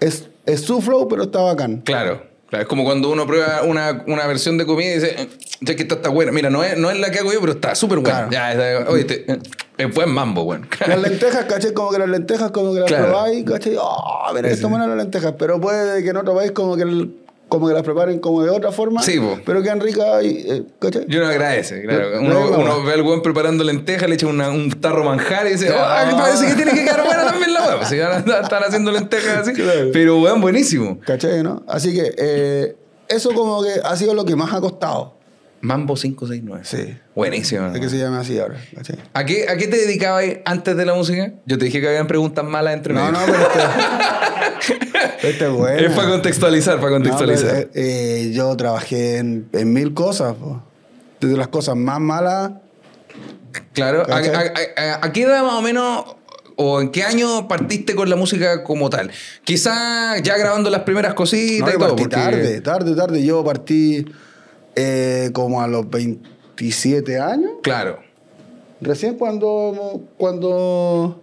A: es, es su flow, pero está bacán.
B: Claro. Claro, es como cuando uno prueba una, una versión de comida y dice, "Eh, sé que esta está buena. Mira, no es, no es la que hago yo, pero está súper buena.
A: Claro.
B: Ya, está- oye, te- eh, es buen mambo, bueno.
A: Las lentejas, ¿cachai? Como que las lentejas, como que las
B: Claro.
A: probáis, ¿cachai? ¡Oh, mira que están buenas las lentejas! Pero puede que en otro país como que, el- como que las preparen como de otra forma.
B: Sí, po.
A: Pero quedan ricas, y, eh, ¿cachai?
B: (laughs) Yo no agradece, claro.
A: Yo-
B: Uno,
A: no, no.
B: uno ve al weón preparando lenteja, le echa una- un tarro manjar y dice, "Ah, que parece que tiene que quedar buena también la weón. Si van a estar- están haciendo lentejas así.
A: Claro.
B: Pero weón, buenísimo.
A: ¿Cachai, no? Así que eh, eso como que ha sido lo que más ha costado.
B: Mambo 569.
A: Sí.
B: Buenísimo.
A: Es
B: hermano.
A: que se llama así ahora, ¿cachai?
B: ¿A qué, ¿A qué te dedicabas antes de la música? Yo te dije que habían preguntas malas entre
A: No,
B: medio.
A: no,
B: (laughs)
A: pero este, este es bueno.
B: Es para contextualizar, para
A: No, pero,
B: contextualizar.
A: eh, eh, yo trabajé en, en mil cosas, po. Desde las cosas más malas.
B: claro. ¿A,
A: ¿Cachai?
B: a- a- a- a qué edad más o menos o en qué año partiste con la música como tal? Quizá ya grabando las primeras
A: No,
B: cositas
A: yo
B: y todo.
A: partí
B: porque-
A: tarde, tarde, tarde. Yo partí eh, como a los 27 años.
B: Claro.
A: Recién cuando, cuando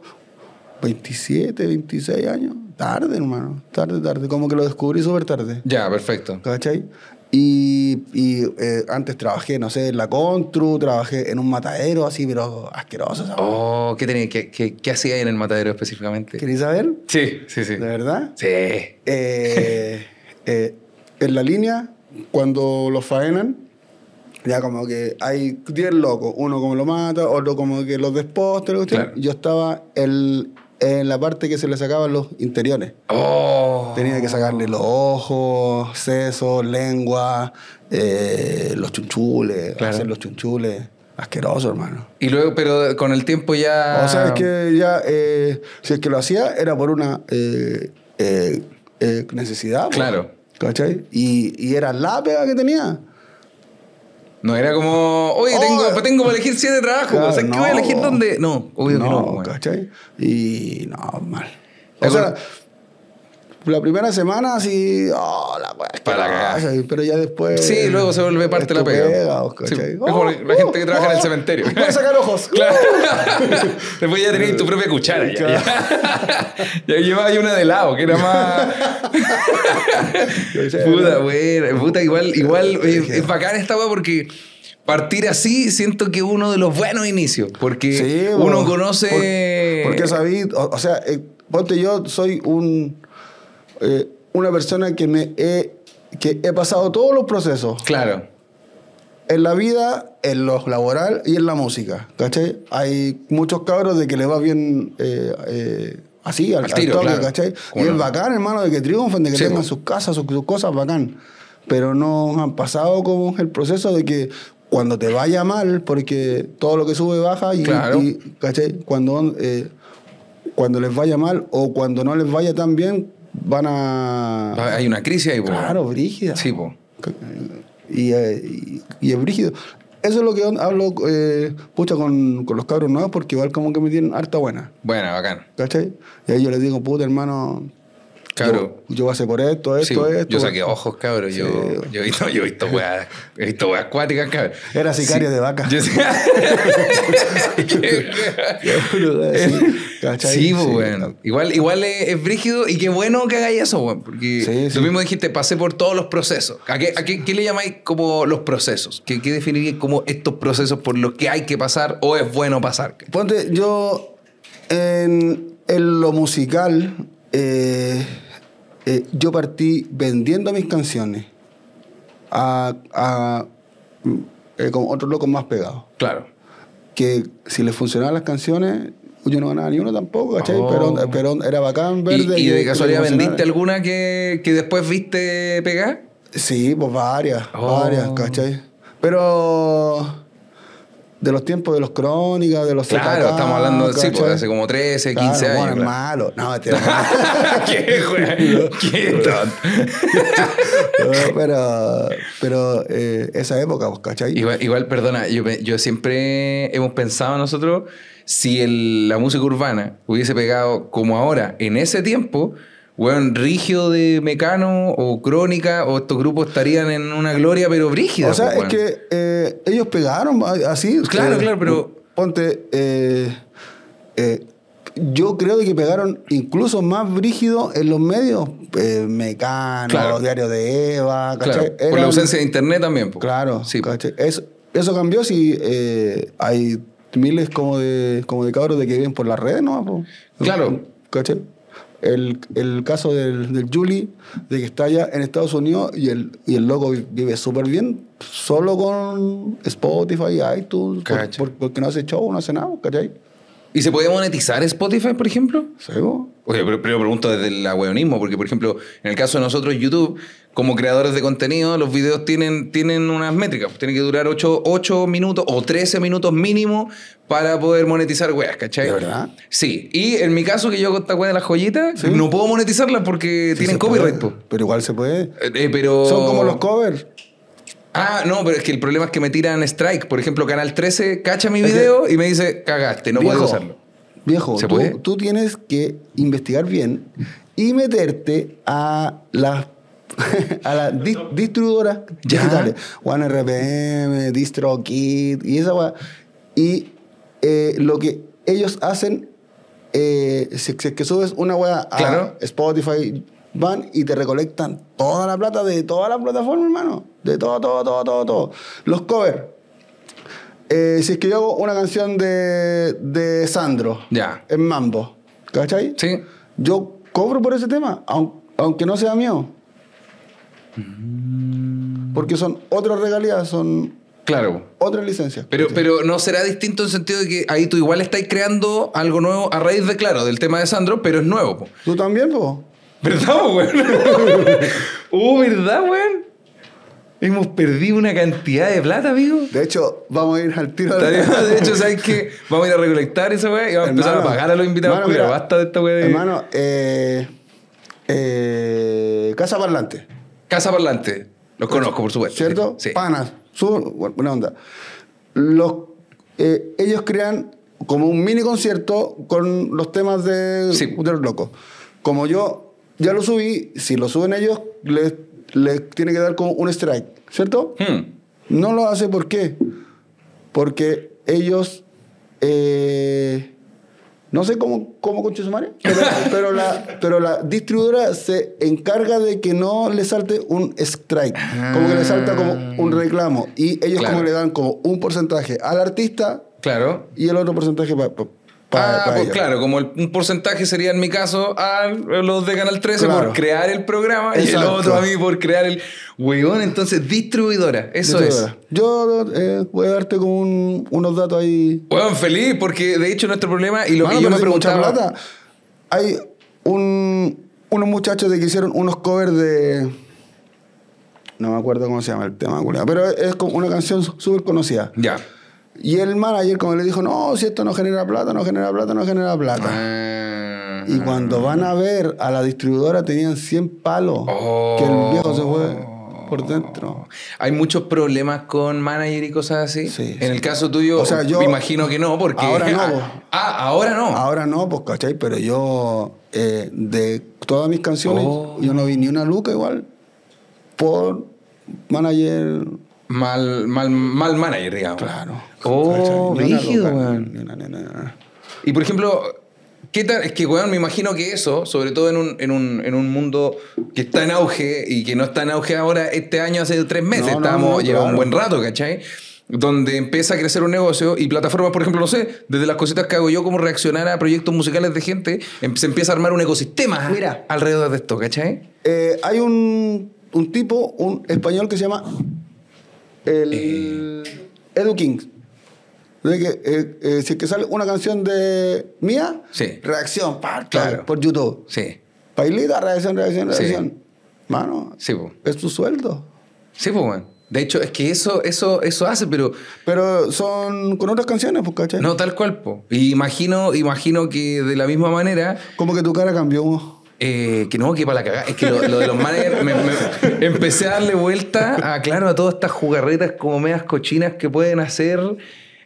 A: 27, 26 años. Tarde, hermano. Tarde, tarde. Como que lo descubrí súper tarde.
B: Ya, perfecto.
A: ¿Cachai? Y, y, eh, antes trabajé, no sé, en la Contru, trabajé en un matadero así, pero asqueroso. esa weá.
B: Oh, ¿qué, tenía, qué, qué, qué hacía ahí en el matadero específicamente?
A: ¿Queréis saber?
B: Sí, sí, sí.
A: ¿De verdad?
B: Sí.
A: Eh, eh, en la línea, cuando los faenan, ya como que hay 10 locos. Uno como lo mata, otro como que los desposta. la cuestión.
B: Claro.
A: Yo estaba el- en la parte que se le sacaban los interiores.
B: Oh.
A: Tenía que sacarle los ojos, sesos, lengua, eh, los chunchules,
B: Claro.
A: hacer los chunchules. Asqueroso, hermano.
B: Y luego, pero con el tiempo ya.
A: O sea, es que ya, eh, si es que lo hacía, era por una eh, eh, eh, necesidad. po.
B: Claro.
A: ¿Cachai? Y, y era la pega que tenía.
B: No era como, oye,
A: Oh,
B: tengo, tengo para elegir siete trabajos.
A: claro,
B: o sea, ¿qué
A: no.
B: voy a elegir dónde? No, obvio que no. pues, weón.
A: ¿cachai? Y no, mal.
B: ¿Te
A: O sea,
B: acuerdas?
A: la primera semana sí, oh, la wea,
B: Para la cagada.
A: asquerosa, Pero ya después.
B: Sí, luego se vuelve parte de la
A: es tu
B: pega.
A: po, ¿cachai?
B: Sí, es como la gente que trabaja en el cementerio.
A: Oh. (laughs) Puedes sacar ojos. (laughs)
B: (laughs) Claro. Después ya tenías tu propia cuchara. Ya, ya. (laughs) Ya llevabas ahí una de lado, que era
A: (laughs)
B: más.
A: eh,
B: Puta, güey. Puta, igual, igual es, es bacán esta weá porque partir así siento que es uno de los buenos inicios. Porque
A: Sí,
B: uno
A: po.
B: conoce.
A: Por- porque sabí, o, o sea, eh, ponte yo soy un eh, una persona que me he que he pasado todos los procesos
B: Claro.
A: en la vida, en lo laboral y en la música, ¿cachai? Hay muchos cabros de que le va bien eh, eh, así, al,
B: Al
A: al
B: tiro,
A: toque,
B: claro.
A: ¿cachai? Y
B: ¿Cómo
A: es
B: no?
A: bacán, hermano, de que triunfen, de que
B: Sí, pues.
A: tengan
B: po.
A: sus casas, sus, sus cosas, bacán. Pero no han pasado como el proceso de que cuando te vaya mal, porque todo lo que sube baja y,
B: Claro.
A: y, ¿cachai? Cuando, eh, cuando les vaya mal o cuando no les vaya tan bien, van a...
B: Hay una crisis ahí, po.
A: Claro, brígida.
B: Sí, po.
A: Y, eh, y, y es brígido. Eso es lo que hablo, eh, pucha, con, con los cabros nuevos, porque igual como que me tienen harta buena,
B: Bueno, bacán.
A: ¿cachai? Y ahí yo les digo, puta, hermano,
B: Cabro.
A: yo, yo pasé por esto, esto,
B: Sí,
A: esto.
B: yo saqué
A: (laughs)
B: "Oh, ojos, cabrón. Yo,
A: Sí.
B: yo, he visto- yo he visto weas, he visto weas acuáticas, cabrón.
A: Era sicario de vaca.
B: Yo sé- (laughs)
A: Sí, ¿cachai?
B: sí, pues,
A: Sí.
B: weón. Igual, igual es, es brígido y qué bueno que hagáis eso, weón. Porque
A: Sí,
B: tú
A: sí.
B: mismo dijiste, pasé por todos los procesos. ¿A qué, a qué- qué le llamáis como los procesos? ¿Qué, qué definiríais como estos procesos por los que hay que pasar o es bueno pasar?
A: Ponte, yo en, en lo musical, eh, eh, yo partí vendiendo mis canciones a, a, mm, eh, con otros locos más pegados.
B: Claro.
A: que si les funcionaban las canciones, yo no ganaba ni uno tampoco, ¿cachai?
B: Oh.
A: Pero, pero era bacán
B: ¿Y,
A: verde.
B: y de casualidad vendiste
A: algo?
B: alguna que, que después viste pegar?
A: Sí, pues varias,
B: Oh.
A: varias, ¿cachai? Pero de los tiempos de los crónicas, de los
B: Claro,
A: ZK,
B: estamos hablando sí, pues,
A: ¿cachai?
B: hace como 13, 15
A: Claro,
B: años.
A: bueno, es
B: claro.
A: malo.
B: (laughs)
A: No, te
B: ¡Qué
A: (laughs)
B: güey! ¡Qué tonto!
A: pero pero eh, esa época, pues, ¿cachai?
B: Igual, igual, perdona, yo, pe- yo siempre hemos pensado nosotros, si el- la música urbana hubiese pegado como ahora, en ese tiempo, weón, Rigio de Mecano o Crónica o estos grupos estarían en una gloria, pero brígida.
A: O sea,
B: pues,
A: es
B: weón.
A: que eh, ellos pegaron a- así.
B: Claro, claro, pero-
A: Ponte, eh, eh, yo creo que pegaron incluso más brígido en los medios eh, mecanos,
B: Claro.
A: diarios de Eva,
B: Claro,
A: ¿cachai?
B: por la
A: Eran-
B: ausencia de internet también. po.
A: Claro,
B: Sí, pues. po.
A: ¿cachai? Eso, eso cambió si eh, hay miles como de, como de cabros de que viven por las redes, ¿no? po.
B: Claro.
A: ¿Cachai? El, el caso del, del Julie, de que está allá en Estados Unidos y el, y el loco vi- vive súper bien, solo con Spotify, iTunes, por-
B: Cacha.
A: por- porque no hace show, no hace nada, ¿cachai?
B: ¿Y se podía monetizar Spotify, por ejemplo?
A: Sí, po.
B: Oye, pero, pero pregunto desde el agüeonismo, porque por ejemplo, en el caso de nosotros, YouTube, como creadores de contenido, los videos tienen, tienen unas métricas. Pues, tienen que durar 8, minutos o 13 minutos mínimo para poder monetizar weas, ¿cachai?
A: ¿De verdad?
B: Sí. Y en mi caso, que yo con esta wea de las joyitas, no puedo monetizarlas porque
A: Sí
B: tienen
A: se
B: copyright,
A: puede,
B: po.
A: Pero igual se puede.
B: Eh, eh, pero...
A: Son como los covers.
B: Ah, no, pero es que el problema es que me tiran strike. Por ejemplo, Canal 13 cacha mi video y me dice, cagaste, no puedes
A: Viejo,
B: usarlo.
A: Viejo,
B: ¿Se
A: tú,
B: puede?
A: tú tienes que investigar bien y meterte a las (laughs) a las dis- distribuidoras
B: Ya.
A: digitales. OneRPM, DistroKid y esa weá. Y eh, lo que ellos hacen, eh, si, si es que subes una weá a
B: Claro.
A: Spotify, van y te recolectan toda la plata de toda la plataforma, hermano. De todo, todo, todo, todo, todo. Los covers. Eh, si es que yo hago una canción de, de Sandro
B: Ya.
A: en Mambo, ¿cachai?
B: Sí.
A: Yo cobro por ese tema, aun- aunque no sea mío.
B: Mm.
A: Porque son otras regalías, son
B: Claro.
A: otras licencias.
B: Pero,
A: ¿cachai?
B: pero no será distinto en el sentido de que ahí tú igual estáis creando algo nuevo a raíz de, claro, del tema de Sandro, pero es nuevo. po.
A: ¿Tú también, po?
B: ¿Verdad, po, (laughs) weón? uh, ¿verdad, weón? Hemos perdido una cantidad de plata, amigo.
A: De hecho, vamos a ir al tiro de
B: De hecho, ¿sabes qué? Vamos a ir a recolectar esa weá y vamos a empezar
A: (laughs) Hermano,
B: a pagar a los invitados.
A: hermano,
B: porque
A: mira,
B: basta de esta weá de
A: Hermano, eh, eh, Casa Parlante.
B: Casa Parlante. Los conozco, por supuesto.
A: ¿Cierto?
B: Sí.
A: Panas, su- buena onda. Los, eh, ellos crean como un mini concierto con los temas de,
B: Sí.
A: de los locos. Como yo ya lo subí, si lo suben ellos, les, les tiene que dar como un strike, ¿cierto?
B: Hmm.
A: No lo hace ¿por qué? Porque ellos. eh, no sé cómo, cómo conche su madre,
B: (laughs)
A: pero, pero la, pero la distribuidora se encarga de que no le salte un strike, como que le salta como un reclamo. Y ellos
B: Ah. Claro.
A: como le dan como un porcentaje al artista
B: Claro.
A: y el otro porcentaje para
B: ah, pues claro, como el- un porcentaje sería en mi caso a los de Canal 13
A: Claro.
B: por crear el programa y el
A: Exacto.
B: otro a mí por crear el huevón, entonces distribuidora, eso es.
A: Yo eh, voy a darte como un- unos datos ahí
B: Huevón feliz porque de hecho nuestro problema y lo
A: Mano,
B: que yo
A: pero
B: me
A: si mucha
B: preguntaba
A: plata. Hay un, unos muchachos de que hicieron unos covers de. No me acuerdo cómo se llama el tema, culiao, pero es como una canción su- súper conocida.
B: ya.
A: Y el manager, como le dijo, no, si esto no genera plata, no genera plata, no genera plata.
B: Ah.
A: Y cuando van a ver a la distribuidora, tenían 100 palos.
B: Oh.
A: Que el viejo se fue por dentro.
B: Hay muchos problemas con manager y cosas así.
A: Sí,
B: en
A: sí.
B: el caso tuyo,
A: O sea, yo-
B: me imagino que no, porque
A: Ahora no,
B: (laughs) Ah,
A: vos.
B: Ah, ahora no.
A: Ahora no, pues, ¿cachai? Pero yo, eh, de todas mis canciones,
B: Oh.
A: yo no vi ni una luca igual por manager.
B: Mal, mal, mal manager, digamos.
A: Claro.
B: Oh,
A: ¿Cachai? Ni una
B: brígido,
A: luca,
B: weón.
A: ni una- ni una- ni una.
B: Y por ejemplo, ¿qué tal? Es que, weón, me imagino que eso, sobre todo en un, en un, en un mundo que está en auge y que no está en auge ahora, este año hace tres meses,
A: No, no,
B: estábamos,
A: no,
B: lleva un
A: claro.
B: buen rato, ¿cachai? Donde empieza a crecer un negocio y plataformas, por ejemplo, no sé, desde las cositas que hago yo, como reaccionar a proyectos musicales de gente, em- se empieza a armar un ecosistema
A: Mira.
B: alrededor de esto, ¿cachai?
A: Eh, hay un, un tipo, un español que se llama el
B: Eh.
A: Edu King. De que, eh, eh, si es que sale una canción de mía,
B: Sí.
A: reacción, pa,
B: Claro.
A: por YouTube.
B: Sí,
A: Pailita, reacción, reacción,
B: Sí.
A: reacción. Mano,
B: sí, po.
A: es tu sueldo.
B: Sí, po, weón. De hecho, es que eso, eso, eso hace, pero
A: Pero son con otras canciones, pues, ¿cachai?
B: no tal cual, po. Y imagino, imagino que de la misma manera
A: Como que tu cara cambió.
B: Eh, que no, que para la cagada. Es que lo, lo de los managers. me- me- empecé a darle vuelta a, claro, a todas estas jugarretas como medias cochinas que pueden hacer.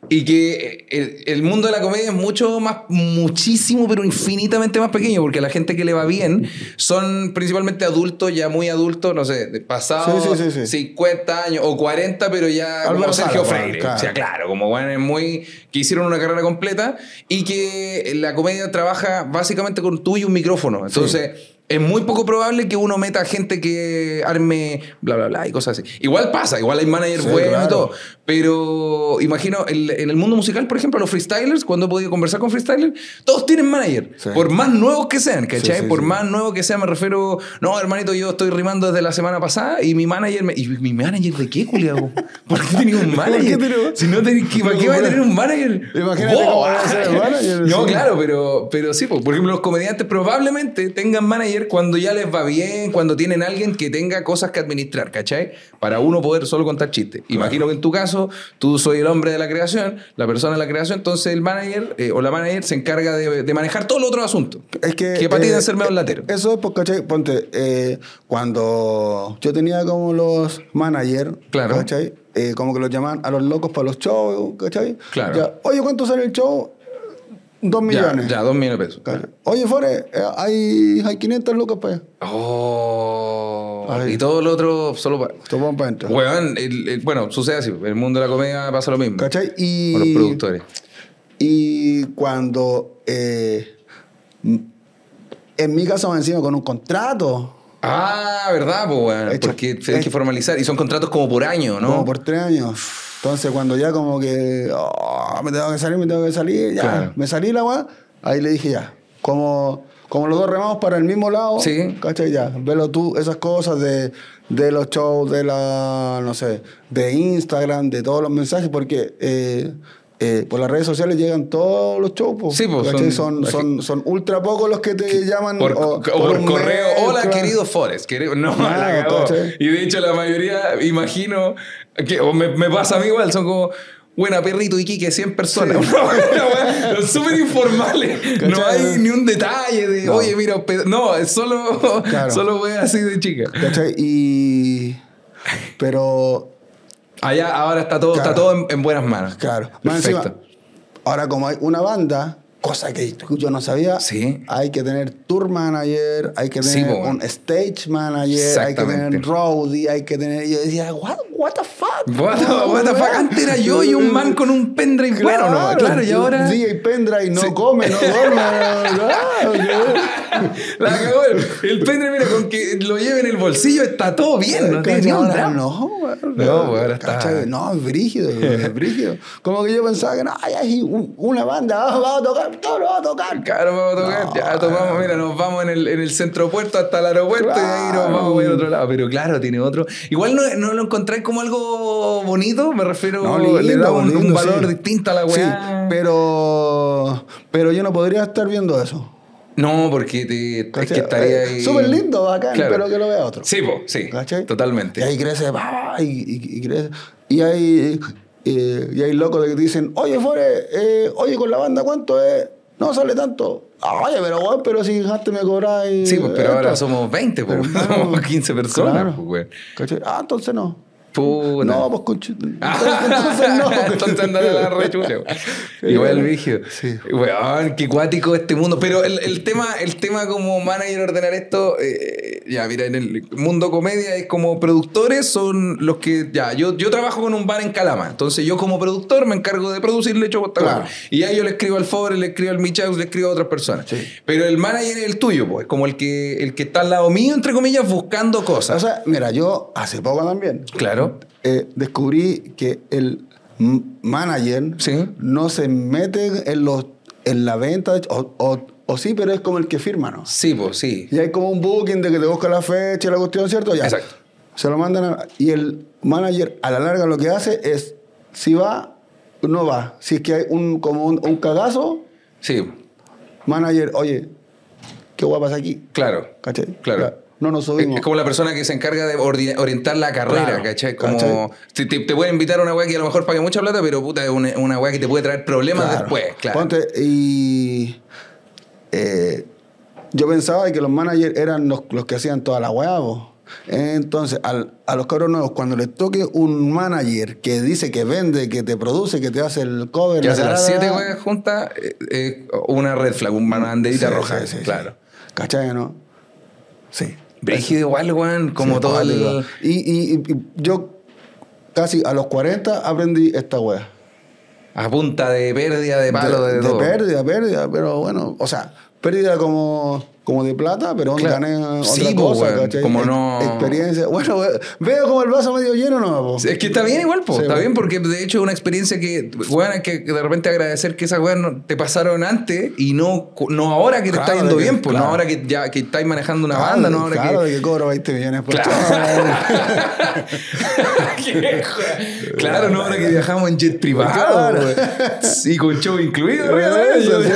B: Y que el, el mundo de la comedia es mucho más, muchísimo, pero infinitamente más pequeño, porque la gente que le va bien son principalmente adultos, ya muy adultos, no sé, de pasados
A: Sí, sí, sí, sí.
B: 50 años o 40, pero ya
A: Álvaro
B: como Sergio
A: Sala,
B: Freire.
A: claro.
B: O sea, claro, como bueno, es muy. que hicieron una carrera completa y que la comedia trabaja básicamente con tú y un micrófono. Entonces. Es muy poco probable que uno meta gente que arme bla, bla, bla y cosas así. Igual pasa, igual hay manager
A: Sí,
B: bueno y
A: claro.
B: todo. Pero imagino, el- en el mundo musical, por ejemplo, los freestylers, cuando he podido conversar con freestylers, todos tienen manager.
A: Sí.
B: Por más nuevos que sean, ¿cachai?
A: Sí, sí,
B: por
A: sí.
B: más nuevo que sea, me refiero. No, hermanito, yo estoy rimando desde la semana pasada y mi manager me. ¿Y mi manager de qué, culiao? (laughs) ¿Por qué tenía un manager?
A: ¿Por qué tenía-
B: Si no tenés
A: (laughs)
B: que- ¿Para qué va a tener un manager? ¡Oh!
A: Imagínate cómo va a ser el manager,
B: (laughs) No,
A: sí.
B: claro, pero, pero sí, pues, por ejemplo, los comediantes probablemente tengan manager cuando ya les va bien, cuando tienen alguien que tenga cosas que administrar, ¿cachai? Para uno poder solo contar chistes. Imagino que en tu caso, tú soy el hombre de la creación, la persona de la creación, entonces el manager eh, o la manager se encarga de, de manejar todo el otro asunto.
A: Es que.
B: Que para ti
A: eh,
B: debe ser medio latero.
A: Eso es porque, ¿cachai? Ponte, eh, cuando yo tenía como los managers,
B: Claro.
A: ¿cachai? Eh, como que los llamaban a los locos para los shows, ¿cachai?
B: Claro.
A: Ya, Oye, ¿cuánto sale el show? Dos millones.
B: Ya, ya, dos millones de pesos.
A: ¿Cachai? Oye, Fore, eh, hay, hay 500 lucas para allá.
B: Oh,
A: Ay.
B: y todo lo otro solo para...
A: Topón para adentro.
B: Weón, el- el- bueno, sucede así. En el mundo de la comedia pasa lo mismo.
A: ¿Cachai? Y,
B: Con los productores.
A: Y cuando. eh, en mi caso, más encima con un contrato.
B: Ah, ¿verdad? Pues, weón,
A: Hecho.
B: porque tienes que
A: Hecho.
B: formalizar. Y son contratos como por año, ¿no?
A: Como por tres años. Entonces, cuando ya como que. "Oh, me tengo que salir, me tengo que salir. Ya,
B: Claro.
A: me salí la weá. Ahí le dije ya. Como, como los dos remamos para el mismo lado.
B: Sí.
A: ¿Cachai? Ya. Velo tú, esas cosas de, de los shows, de la. No sé. De Instagram, de todos los mensajes, porque. eh, eh, por las redes sociales llegan todos los shows. po,
B: Sí, po,
A: ¿cachai?
B: son-
A: son, son, son ultra pocos los que te llaman
B: Por,
A: o-
B: o
A: por
B: por
A: un
B: correo.
A: mail,
B: Hola,
A: claro.
B: querido Forest. querido- No,
A: Claro,
B: la cagó.
A: ¿cachai?
B: Y de hecho, la mayoría, imagino, que o me, me pasa a mí igual, son como. Buena, perrito, Iquique, 100 personas. (laughs) Una weá, Son súper informales. No
A: ¿Cachai?
B: hay ni un detalle de,
A: No.
B: oye, mira, pe- no, es solo,
A: Claro.
B: solo weá así de chica.
A: ¿Cachai? Y. Pero
B: Allá ahora está todo, está
A: Claro.
B: todo en, en buenas manos.
A: Claro. Más
B: Perfecto.
A: encima, ahora como hay una banda, cosa que yo no sabía,
B: Sí.
A: hay que tener tour manager, hay que
B: Sí,
A: tener
B: po,
A: un stage manager, hay que tener
B: Exactamente.
A: roadie, hay que tener... Y yo decía, what, what the fuck?
B: What the,
A: Oh,
B: what the fuck? Antes era yo y un man con un pendrive. bueno, no, claro, y ahora.
A: DJ Pendrive no
B: Sí.
A: come, no
B: (laughs)
A: duerme. no- no,
B: La cagó. El, el pendrive, mira, con que lo lleve en el bolsillo está todo bien. No tiene ni un
A: Ahora
B: drama.
A: No, güey.
B: No, güey, ahora está-
A: ¿Cachai? No, es brígido, güey, es brígido. Como que yo pensaba que no, ay, ay, un- una banda, ah, vamos a tocar, todo lo vamos a tocar.
B: Claro, vamos a tocar.
A: No.
B: ya tomamos, mira, nos vamos en el, en el centro puerto hasta el aeropuerto y de ahí nos
A: Claro.
B: vamos a ir a otro lado. Pero claro, tiene otro. Igual no, no lo encontré como algo bonito, me refiero.
A: No,
B: le
A: lindo,
B: da un, un
A: lindo,
B: valor
A: sí.
B: distinto a la
A: Sí,
B: weá.
A: pero, pero yo no podría estar viendo eso.
B: No, porque te, es
A: ¿cachai?
B: que estaría
A: Eh,
B: ahí.
A: Súper lindo, bacán,
B: Claro.
A: pero que lo vea otro.
B: Sí, po, sí.
A: ¿cachai?
B: Totalmente.
A: Y ahí crece, va, y, y- y crece. Y hay, eh, y hay locos de que dicen, oye, Fore, eh, oye, con la banda, ¿cuánto es? No sale tanto. "Ah, Oye, pero weón, pero si antes me cobráis.
B: Sí, pues, pero
A: esto".
B: ahora somos 20, (laughs) pues.
A: Pero,
B: Somos
A: claro,
B: 15 personas,
A: claro.
B: pues, güey.
A: ¿Cachai? Ah, entonces no.
B: Puta.
A: No, pues
B: (laughs)
A: conche. (laughs) Entonces no.
B: Ah. Entonces andale a la rechule. Igual vigio.
A: Sí.
B: Weón, qué cuático este mundo. Pero el, el tema, el tema como manager ordenar esto, eh, ya, mira, en el mundo comedia es como productores son los que. Ya, yo, yo trabajo con un bar en Calama. Entonces yo como productor me encargo de producirle hecho
A: Claro.
B: Y ya yo le escribo al Fobre, le escribo al Michaus, le escribo a otras personas.
A: Sí.
B: Pero el manager es el tuyo, pues, como el que, el que está al lado mío, entre comillas, buscando
A: O
B: cosas.
A: sea, mira, yo hace poco también
B: Claro.
A: eh, descubrí que el m- manager
B: Sí.
A: no se mete en, los, en la venta, de- o, o- o sí, pero es como el que firma, ¿no?
B: Sí, pues, sí.
A: Y hay como un booking de que te busca la fecha y la cuestión, ¿cierto? Ya.
B: Exacto.
A: Se lo mandan a- y el manager a la larga lo que hace es, si va, no va. Si es que hay un, como un, un cagazo,
B: Sí,
A: manager, oye, ¿qué guapas aquí?
B: claro.
A: ¿Cachai?
B: Claro.
A: Ya, No nos
B: Es,
A: subimos.
B: es como la persona que se encarga de ordi- orientar la carrera,
A: Claro,
B: ¿cachai? Como
A: ¿cachai?
B: Te, te- te pueden invitar a una weá que a lo mejor pague mucha plata, pero puta, es una, una weá que te puede traer problemas
A: Claro.
B: después, claro.
A: Ponte, y. eh, yo pensaba que los managers eran los, los que hacían toda la weá, po. Entonces, al- a los cabros nuevos, cuando les toque un manager que dice que vende, que te produce, que te hace el cover,
B: Que hace
A: la
B: las
A: tarara,
B: siete juegas juntas, eh, eh, una red flag, una banderita
A: Sí,
B: roja.
A: sí, sí, sí.
B: claro.
A: ¿Cachai, no? Sí.
B: Brígido igual, weón, como
A: Sí,
B: todo el.
A: cuático. Y, y- y yo casi a los 40 aprendí esta wea.
B: A punta de pérdida, de palo, de, todo.
A: pérdida, pérdida, pero bueno, o sea, pérdida como, como de plata, pero
B: Claro.
A: gané
B: Sí,
A: otra
B: po,
A: cosa,
B: weón,
A: ¿cachai?
B: como
A: Ex-
B: no-
A: Experiencia. Bueno, we- veo como el vaso medio lleno, ¿no? po?
B: Es que está bien igual, po.
A: Sí,
B: está
A: po.
B: bien porque de hecho es una experiencia que, weón, hay que de repente agradecer que esas weas no- te pasaron antes y no, no ahora que te
A: Claro,
B: está yendo
A: de que-
B: bien, pues no
A: claro.
B: ahora que ya que estáis manejando una
A: Claro,
B: banda, no ahora
A: claro,
B: que...
A: de que cobro 20 millones por
B: Claro.
A: chavo.
B: (laughs) Qué jue- (laughs) claro, no ahora que viajamos en jet privado
A: Claro.
B: weón. y con show incluido.
A: Bueno,
B: weón.
A: eso, sí.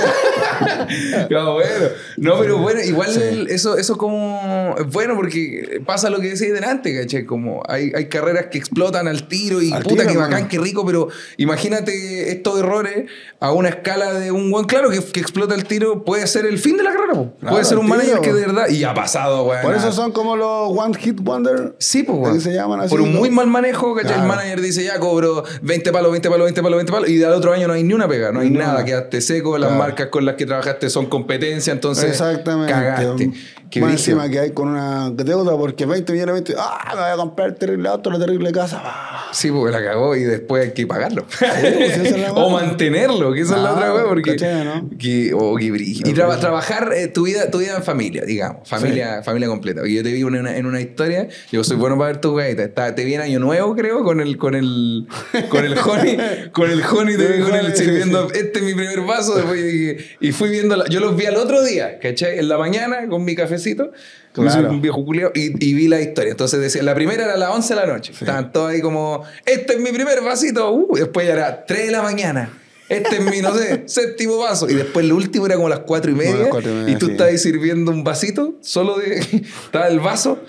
B: (laughs) no, bueno. No, pero bueno, igual eso, eso como es bueno porque pasa lo que decías delante, caché. Como hay, hay carreras que explotan al tiro y
A: Al
B: puta
A: tiro,
B: que bacán,
A: hermano.
B: qué rico, pero imagínate estos errores a una escala de un buen claro que, que explota el tiro puede ser el fin de la carrera, po.
A: Claro,
B: puede ser un
A: al
B: manager
A: tiro,
B: que
A: po.
B: de verdad y ha pasado, weón.
A: Por
B: a-
A: eso son como los One Hit Wonder.
B: Sí, pues,
A: que
B: weón.
A: se llaman así,
B: Por un
A: ¿no?
B: muy mal manejo, ¿cachai? El
A: Claro.
B: manager dice, ya cobro 20 palos, 20 palos, 20 palos, 20 palos, y al otro año no hay ni una pega, no hay
A: No.
B: nada, quedaste seco, las
A: Claro.
B: marcas con las que trabajaste son competencia, entonces
A: Exactamente.
B: cagaste. Qué
A: Más
B: brígido.
A: encima que hay con una deuda porque 20 millones, 20. Ah, me voy a comprar terrible auto, la terrible casa. Ah,
B: Sí, porque la cagó y después hay que pagarlo.
A: pues esa es la
B: (laughs) o
A: weá.
B: mantenerlo, que esa es la
A: Ah,
B: otra wea, porque...
A: ¿cachai, no?
B: que- oh, qué brígido. Y traba- trabajar eh, tu, vida, tu vida en familia, digamos, familia, familia completa. Porque yo te vi en una, en una historia, yo soy bueno para ver tus gaitas. Está- Te vi en Año Nuevo, creo, con el con el con el Joni, con el Joni, te vi con él sirviendo, este es mi primer vaso, después yo dije, y fui viendo, la- yo los vi al otro día, ¿cachai? En la mañana, con mi cafecito. Yo soy
A: Claro.
B: un viejo culiao, y, y vi la historia. Entonces decía, la primera era a las 11 de la noche. Estaban todos ahí como, este es mi primer vasito. Uh, después ya era 3 de la mañana. Este es mi, no sé, (laughs) séptimo vaso. Y después el último era como las 4 y media.
A: Como las cuatro y media,
B: y tú
A: sí.
B: estabas ahí sirviendo un vasito, solo de. (laughs) estaba el vaso,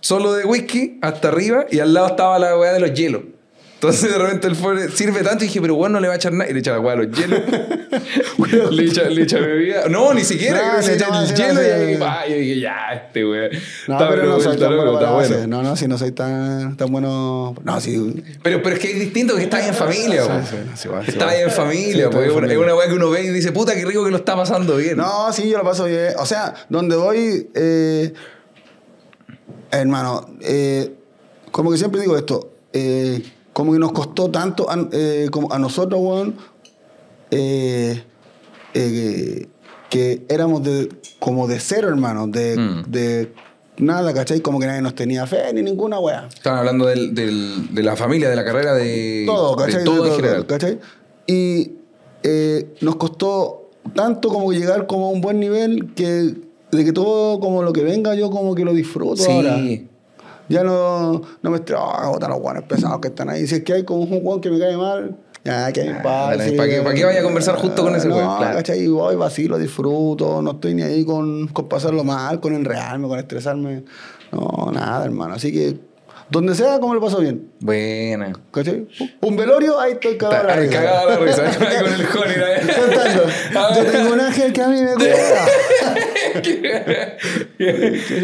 B: solo de whisky, hasta arriba. Y al lado estaba la weá de los hielos. Entonces de repente el pobre sirve tanto y dije, pero bueno, no le va a echar nada. Y le echa la weá de
A: (laughs)
B: los hielos. le, echa, le echa bebida. No, ni siquiera.
A: No,
B: creo que
A: sí,
B: le echa
A: no,
B: el
A: sí,
B: hielo
A: no, sí,
B: y ahí
A: no, sí.
B: va. Ah, yo dije, ya, este weón.
A: No,
B: Está
A: pero
B: pero
A: no soy
B: vuelta
A: tan bueno
B: loco,
A: para
B: está
A: la base.
B: bueno.
A: No, no, si no soy tan, tan bueno. No, sí.
B: Pero, pero es que es distinto que estás en familia, weón.
A: sí, no, sí, va, sí,
B: Estás
A: va.
B: en
A: Sí,
B: familia,
A: estoy
B: pues.
A: en
B: Es una- Es
A: familia.
B: una weá que uno ve y dice, puta, qué rico que lo está pasando bien.
A: No, sí, yo lo paso bien. O sea, donde voy, eh, hermano, eh, como que siempre digo esto, eh, como que nos costó tanto a, eh, como a nosotros, weón, eh, eh, que éramos de, como de cero, hermano, de,
B: Mm.
A: de nada, ¿cachai? Como que nadie nos tenía fe ni ninguna weá.
B: Estaban hablando del, del- de la familia, de la carrera, de
A: Todo,
B: de
A: ¿cachai? De
B: todo en
A: todo,
B: general.
A: ¿cachai? Y eh, nos costó tanto como llegar como a un buen nivel que de que todo como lo que venga yo como que lo disfruto ahora.
B: Sí.
A: Ya no, no me estresa, ah, botar los guanes pesados que están ahí. Si es que hay como un guan que me cae mal, ya, que me
B: Ah, dale,
A: pase.
B: ¿pa' qué- pa' qué vaya a conversar justo con ese
A: no,
B: weón? Claro.
A: ¿cachai? Voy, vacilo, disfruto, no estoy ni ahí con, con pasarlo mal, con enredarme, con estresarme. No, nada, hermano. Así que, donde sea, como lo paso bien.
B: Buena.
A: ¿Cachai? Un velorio, ahí estoy cagado.
B: Está-
A: de
B: ay,
A: risa.
B: cagada la
A: (laughs)
B: risa. Ahí con el Johnny, la vez.
A: Contando.
B: A ver.
A: Yo tengo un ángel que a mí me cuesta.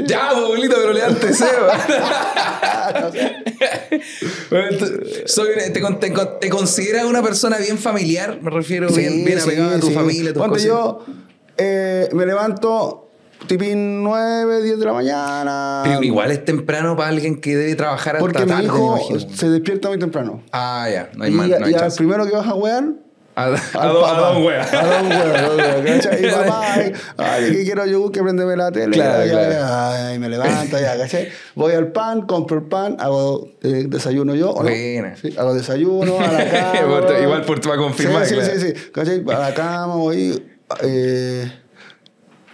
B: ya, abuelito, pero le
A: (laughs)
B: dante ceba. Bueno, tú- soy una- te, con- te con- te consideras una persona bien familiar, me refiero, bien, bien apegada a tu
A: sí.
B: familia, a tus
A: Ponte
B: cosas.
A: yo eh, me levanto tipín 9, 10 de la mañana.
B: Pero igual es temprano para alguien que debe trabajar hasta
A: um, porque mi
B: tarde,
A: hijo
B: me imagino.
A: se despierta muy temprano.
B: Ah, ya, no hay
A: y
B: más, no hay
A: y al
B: chance.
A: primero que vas a wear,
B: A, a,
A: al
B: don- a
A: papá.
B: don wea.
A: A don wea, don wea,
B: (laughs)
A: ¿cachai? Y papá, ay, ay, ¿qué quiero yo? Que prendeme la tele.
B: Claro,
A: ya,
B: claro.
A: ya, ay, me levanto, ya, ¿cachai? Voy al pan, compro el pan, hago eh, desayuno yo. ¿o no?
B: Buena.
A: Sí, hago desayuno, a
B: (laughs)
A: la cama.
B: Igual te- igual por- te va a confirmar,
A: Sí, sí,
B: claro.
A: sí, sí. ¿Cachai? A la cama voy... Eh,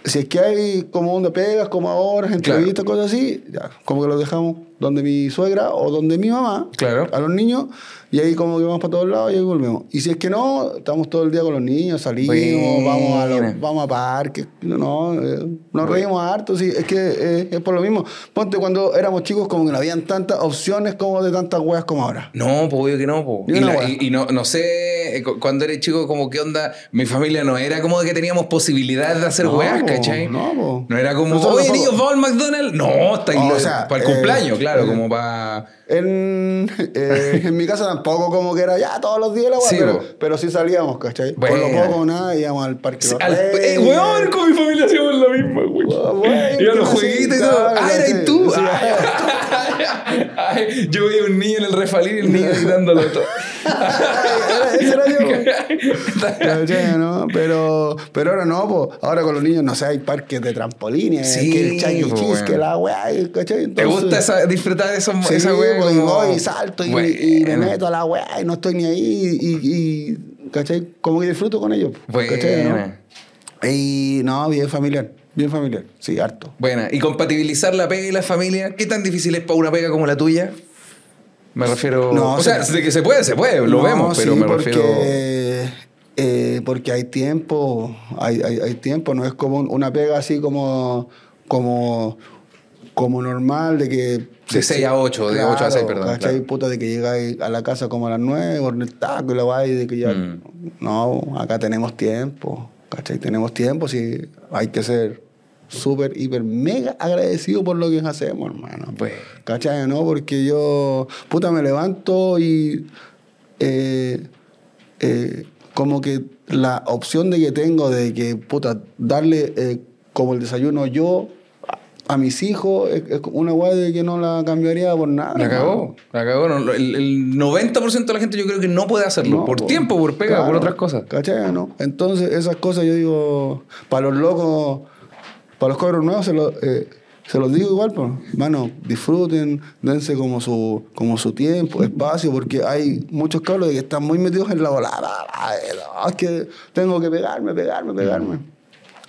A: si es que hay como donde pegas, como ahora, entrevistas, cosas así, ya, como que los dejamos donde mi suegra o donde mi mamá,
B: Claro.
A: a los niños, Y ahí como que vamos para todos lados y ahí volvemos. Y si es que no, estamos todo el día con los niños, salimos,
B: Buena.
A: vamos a, los- vamos a parques, no, no, eh, nos reímos harto, sí, es que eh, es por lo mismo. Ponte cuando éramos chicos como que no habían tantas opciones como de tantas weas como ahora.
B: No, pues obvio que no, po.
A: Ni
B: Y,
A: una
B: la-
A: hueá.
B: y- y no, no sé, eh, cu- cuando eres chico, como qué onda, mi familia no era como de que teníamos posibilidad de hacer
A: No,
B: weas,
A: po,
B: ¿cachai?
A: no, po.
B: No era como,
A: Nosotros
B: oye,
A: tampoco-
B: niños, vamos al McDonald's. No, está ahí
A: O
B: lo-
A: sea,
B: para el
A: eh,
B: cumpleaños, claro,
A: eh,
B: como para...
A: En, (laughs) eh, en mi casa tampoco como que era ya todos los días la wea,
B: Sí,
A: pero,
B: po.
A: pero sí salíamos, ¿cachai? Por
B: Buena.
A: lo poco o nada íbamos al parque. Los Reyes.
B: ¡Eh, weón, con mi familia hacíamos la misma,
A: Weón,
B: weón. Y a los
A: sí,
B: jueguitos y todo.
A: claro,
B: Ah, era y
A: sí,
B: tú. Ah,
A: sí,
B: (laughs) Ay, yo veía un niño en el refalín y
A: (laughs)
B: el niño gritándolo todo.
A: (laughs) Era- ese
B: (laughs)
A: era yo. ¿Cachai, no? Pero, pero ahora no, po. ahora con los niños, no sé, hay parques de trampolines,
B: Sí,
A: que el Chuck E.
B: po,
A: Cheese,
B: weón.
A: que la weá, y, ¿cachai?
B: ¿Te
A: Entonces,
B: gusta esa- disfrutar de esos,
A: sí,
B: esa wea?
A: po, y
B: como-
A: voy y salto y, y me
B: Buena.
A: meto a la weá y no estoy ni ahí y, y- ¿cachai? Como que disfruto con ellos. ¿cachai, no?
B: Buena.
A: Y no, bien familiar, bien familiar, sí, harto.
B: Buena. ¿Y compatibilizar la pega y la familia? ¿Qué tan difícil es para una pega como la tuya? Me refiero.
A: No,
B: o
A: o
B: sea,
A: sea,
B: de que se puede, se puede, lo
A: No,
B: vemos, pero
A: sí,
B: me
A: porque,
B: refiero.
A: eh, porque hay tiempo, hay, hay- hay tiempo, no es como un- una pega así como, como, como normal de que...
B: De 6 a 8, de 8 a 6, perdón.
A: ¿cachai?
B: claro.
A: Puta de que llegáis a la casa como a las 9, con el taco y la guay, de que ya...
B: Mm.
A: No, acá tenemos tiempo, ¿cachai? Tenemos tiempo, sí, hay que ser súper, hiper, mega agradecido por lo que hacemos, hermano.
B: Bueno.
A: ¿Cachai? ¿No? Porque yo, puta, me levanto y eh, eh, como que la opción de que tengo de que, puta, darle eh, como el desayuno yo a, a mis hijos es, es una weá de que no la cambiaría por nada.
B: La
A: hermano.
B: cagó, la cagó. No, el, el 90% de la gente yo creo que no puede hacerlo.
A: No,
B: por
A: po.
B: tiempo, por pega, por
A: Claro,
B: otras cosas.
A: ¿Cachai? ¿No? Entonces, esas cosas yo digo, para los locos, para los cobros nuevos, se, lo- eh, se los digo igual, pues. Mano, disfruten, dense como su, como su tiempo, espacio, porque hay muchos cabros de que están muy metidos en la Ah, volada. eh, Es que tengo que pegarme, pegarme, pegarme.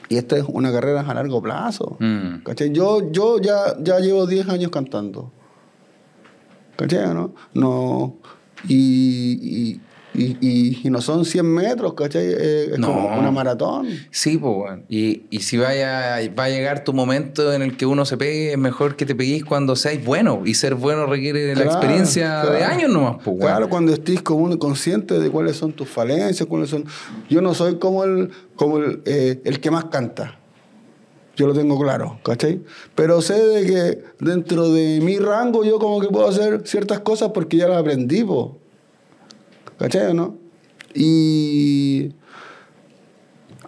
A: Y esta es una carrera a largo plazo.
B: Mm.
A: ¿Cachai? Yo, yo ya, ya llevo 10 años cantando. ¿Cachai? ¿No? no y, y, y, y- y no son 100 metros, ¿cachai? Eh, es
B: No.
A: como una maratón.
B: Sí, pues, weón. Y, y si vaya, va a llegar tu momento en el que uno se pegue, es mejor que te peguéis cuando seáis bueno. Y ser bueno requiere la
A: Claro,
B: experiencia de
A: claro.
B: años nomás, pues, weón.
A: Claro, cuando estés como un- consciente de cuáles son tus falencias, cuáles son... Yo no soy como el, como el, eh, el que más canta. Yo lo tengo claro, ¿cachai? Pero sé de que dentro de mi rango yo como que puedo hacer ciertas cosas porque ya las aprendí, po. ¿cachai o no? Y...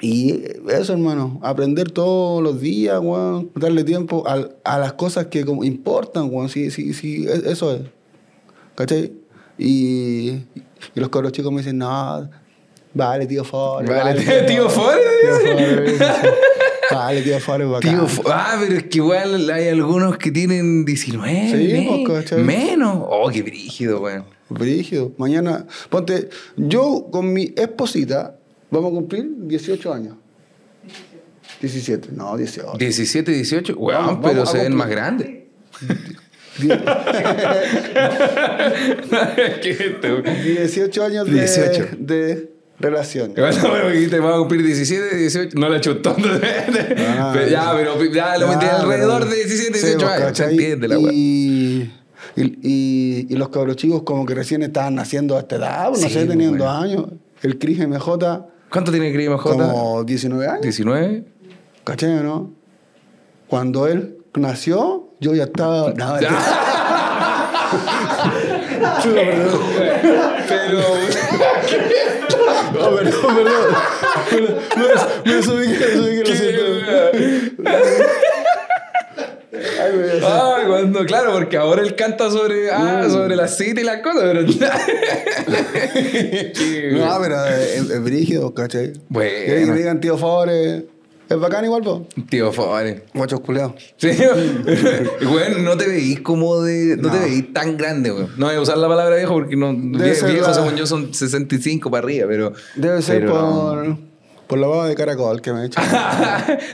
A: Y eso, hermano, aprender todos los días, weón, darle tiempo al- a, las cosas que como importan, weón, sí, sí, sí, e- eso es. ¿Cachai? Y, y los cabros chicos me dicen, no, vale, tío Forrest.
B: Vale, (laughs) tío- tío Forrest,
A: Tío
B: dice. (laughs)
A: Forrest, Vale, tío Forrest, bacán.
B: Tío, fu- ah, pero es que igual hay algunos que tienen 19.
A: Sí,
B: men-
A: pues, ¿cachai?
B: menos. Oh, qué brígido, weón.
A: Brígido. Mañana, ponte, yo con mi esposita vamos a cumplir 18 años. 17, no, 18.
B: 17, 18. Weón,
A: Oh. Vamos,
B: pero
A: vamos a
B: se ven
A: cumplir.
B: más grandes. (laughs)
A: Die-
B: ¿Qué es esto, weón?
A: 18 años de,
B: 18.
A: de relación.
B: Bueno, bueno, dijiste, vamos a cumplir 17, 18. No la chutó. (laughs)
A: Ah,
B: Pero ya, pero ya lo metí
A: Ah,
B: alrededor
A: pero-
B: de 17,
A: Sí,
B: 18
A: vos,
B: años. Se
A: ¿cachai?
B: entiende la weón.
A: y, y, y, y los cabros chicos como que recién estaban naciendo a esta edad, pues, no
B: Sí, pues,
A: sé, teniendo
B: bueno.
A: años. El Cris MJ,
B: ¿Cuánto tiene Cris MJ?
A: como 19 años.
B: 19.
A: ¿Cachai, no? Cuando él nació, yo ya estaba... No, (laughs) chulo, perdón. (laughs)
B: Pero.
A: No, perdón, perdón. Me des- Me desubiqué, me desubiqué, lo siento. Ay, me des-
B: Ah, cuando, claro, porque ahora él canta sobre, ah,
A: Mm.
B: sobre la cita y las cosas, pero. (laughs)
A: No, pero es, es- es brígido, ¿cachai?
B: Bueno.
A: Que le digan, tío, favores. Es bacán igual, po.
B: Tío, favor.
A: Guachos culeados.
B: (laughs) Sí, güey, no te veís como de. No, te
A: No.
B: veís tan grande, güey. No voy a usar la palabra viejo porque no. vie-
A: ser
B: Viejo,
A: la-
B: según yo, son 65 para arriba, pero.
A: Debe ser
B: (laughs) pero no.
A: por, Por la baba de caracol que me he hecho.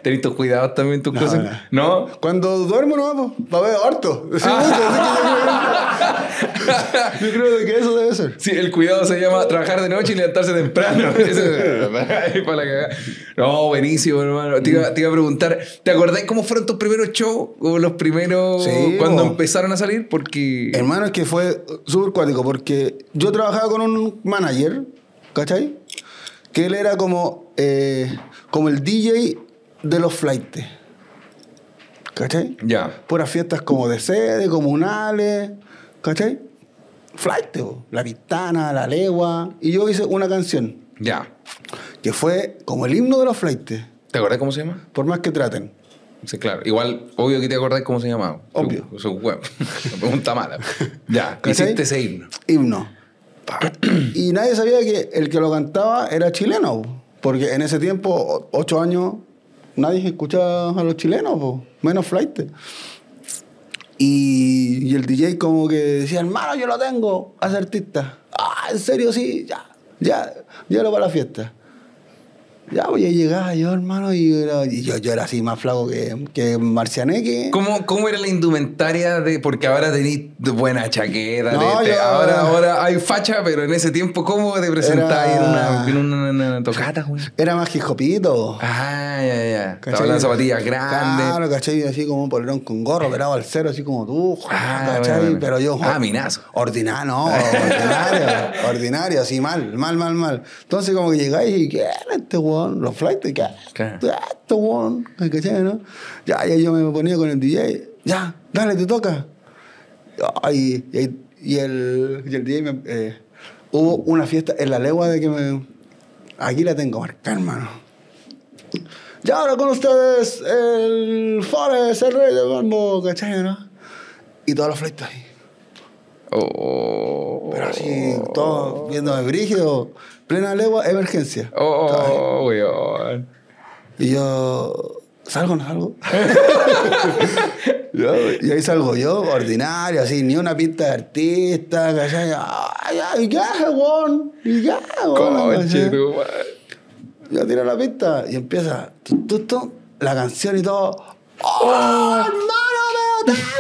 B: Tenés tus cuidados también, tus
A: No,
B: cosas. No.
A: Cuando duermo no vamos, va a ver harto. Sí, mucho, así que yo, creo, yo creo que eso debe ser.
B: Sí, el cuidado se llama trabajar de noche y levantarse temprano. (laughs) Ahí para la cagada. No, buenísimo, hermano. Te
A: Mm.
B: iba, te iba a preguntar, ¿te acordás cómo fueron tus primeros shows? ¿O los primeros
A: Sí, Em-
B: cuando
A: po.
B: empezaron a salir? Porque...
A: Hermano, es que fue súper cuático porque yo trabajaba con un manager, ¿cachai? Que él era como, eh, como el DJ de los flights. ¿Cachai?
B: Ya.
A: Puras fiestas como de sede, comunales, ¿cachai? Flight, po. la pistana, la legua. Y yo hice una canción
B: Ya.
A: que fue como el himno de los flightes,
B: ¿Te acordás cómo se llama?
A: por más que traten.
B: Sí, claro. Igual, obvio que te acordás cómo se llamaba.
A: Obvio.
B: Su, su- (laughs) bueno, una
A: (laughs)
B: pregunta mala. Ya,
A: ¿Cachai?
B: hiciste ese himno.
A: Himno. (clears throat) y nadie sabía que el que lo cantaba era chileno, po. porque en ese tiempo, o- ocho años, nadie escuchaba a los chilenos, po, menos flight. Y, y el DJ como que decía, hermano, yo lo tengo, hace artista. Ah, en serio, sí, ya, ya, llévalo para la fiesta. Ya, pues, voy a llegar yo, hermano, y yo era, y yo, yo era así más flaco que, que Marcianeque.
B: ¿Cómo, ¿Cómo era la indumentaria de.? Porque ahora tenés buena chaqueta.
A: No,
B: de- te-
A: yo-
B: ahora, ahora hay facha, pero en ese tiempo, ¿cómo te presentabas
A: Era-
B: en, una, en una- en una tocata, güey?
A: Era más hijopito.
B: Ah, ya, ya. Estaba
A: ¿Cachai?
B: hablando de zapatillas grandes. Eh.
A: Claro, ¿cachai? Así como un polerón con gorro, pelado al cero, así como tú,
B: Ah,
A: ¿cachai?
B: bueno, bueno.
A: Pero yo...
B: Ah, minazo.
A: Ordinario, no, ordinario, ordinario, así mal, mal, mal, mal. Entonces como que llegáis y, ¿qué era este weón? Los flights, ¿qué era
B: Claro.
A: este weón? ¿Cachai, no? Ya, ya yo me ponía con el DJ, ya, dale, te toca. Ay, y, y el, y el DJ me... eh, hubo una fiesta en la legua de que me... Aquí la tengo marcada, hermano. Y ahora con ustedes, el Forest, el rey del mambo, ¿cachai, no? Y todos los fleitos ahí.
B: Oh,
A: Pero así, todos viéndome brígido, plena legua, emergencia.
B: oh, oh, weón.
A: Y yo, ¿salgo o no
B: (laughs)
A: salgo? Yo- y ahí salgo yo, ordinario, así, ni una pinta de artista, ¿cachai? Ay, ay, ya, weón, y ya, weón.
B: Conche,
A: ¿cachai?
B: tu madre.
A: Yo tiro la pista y empieza tu, tu, tu, la canción y todo. ¡Oh, hermano, me botaste!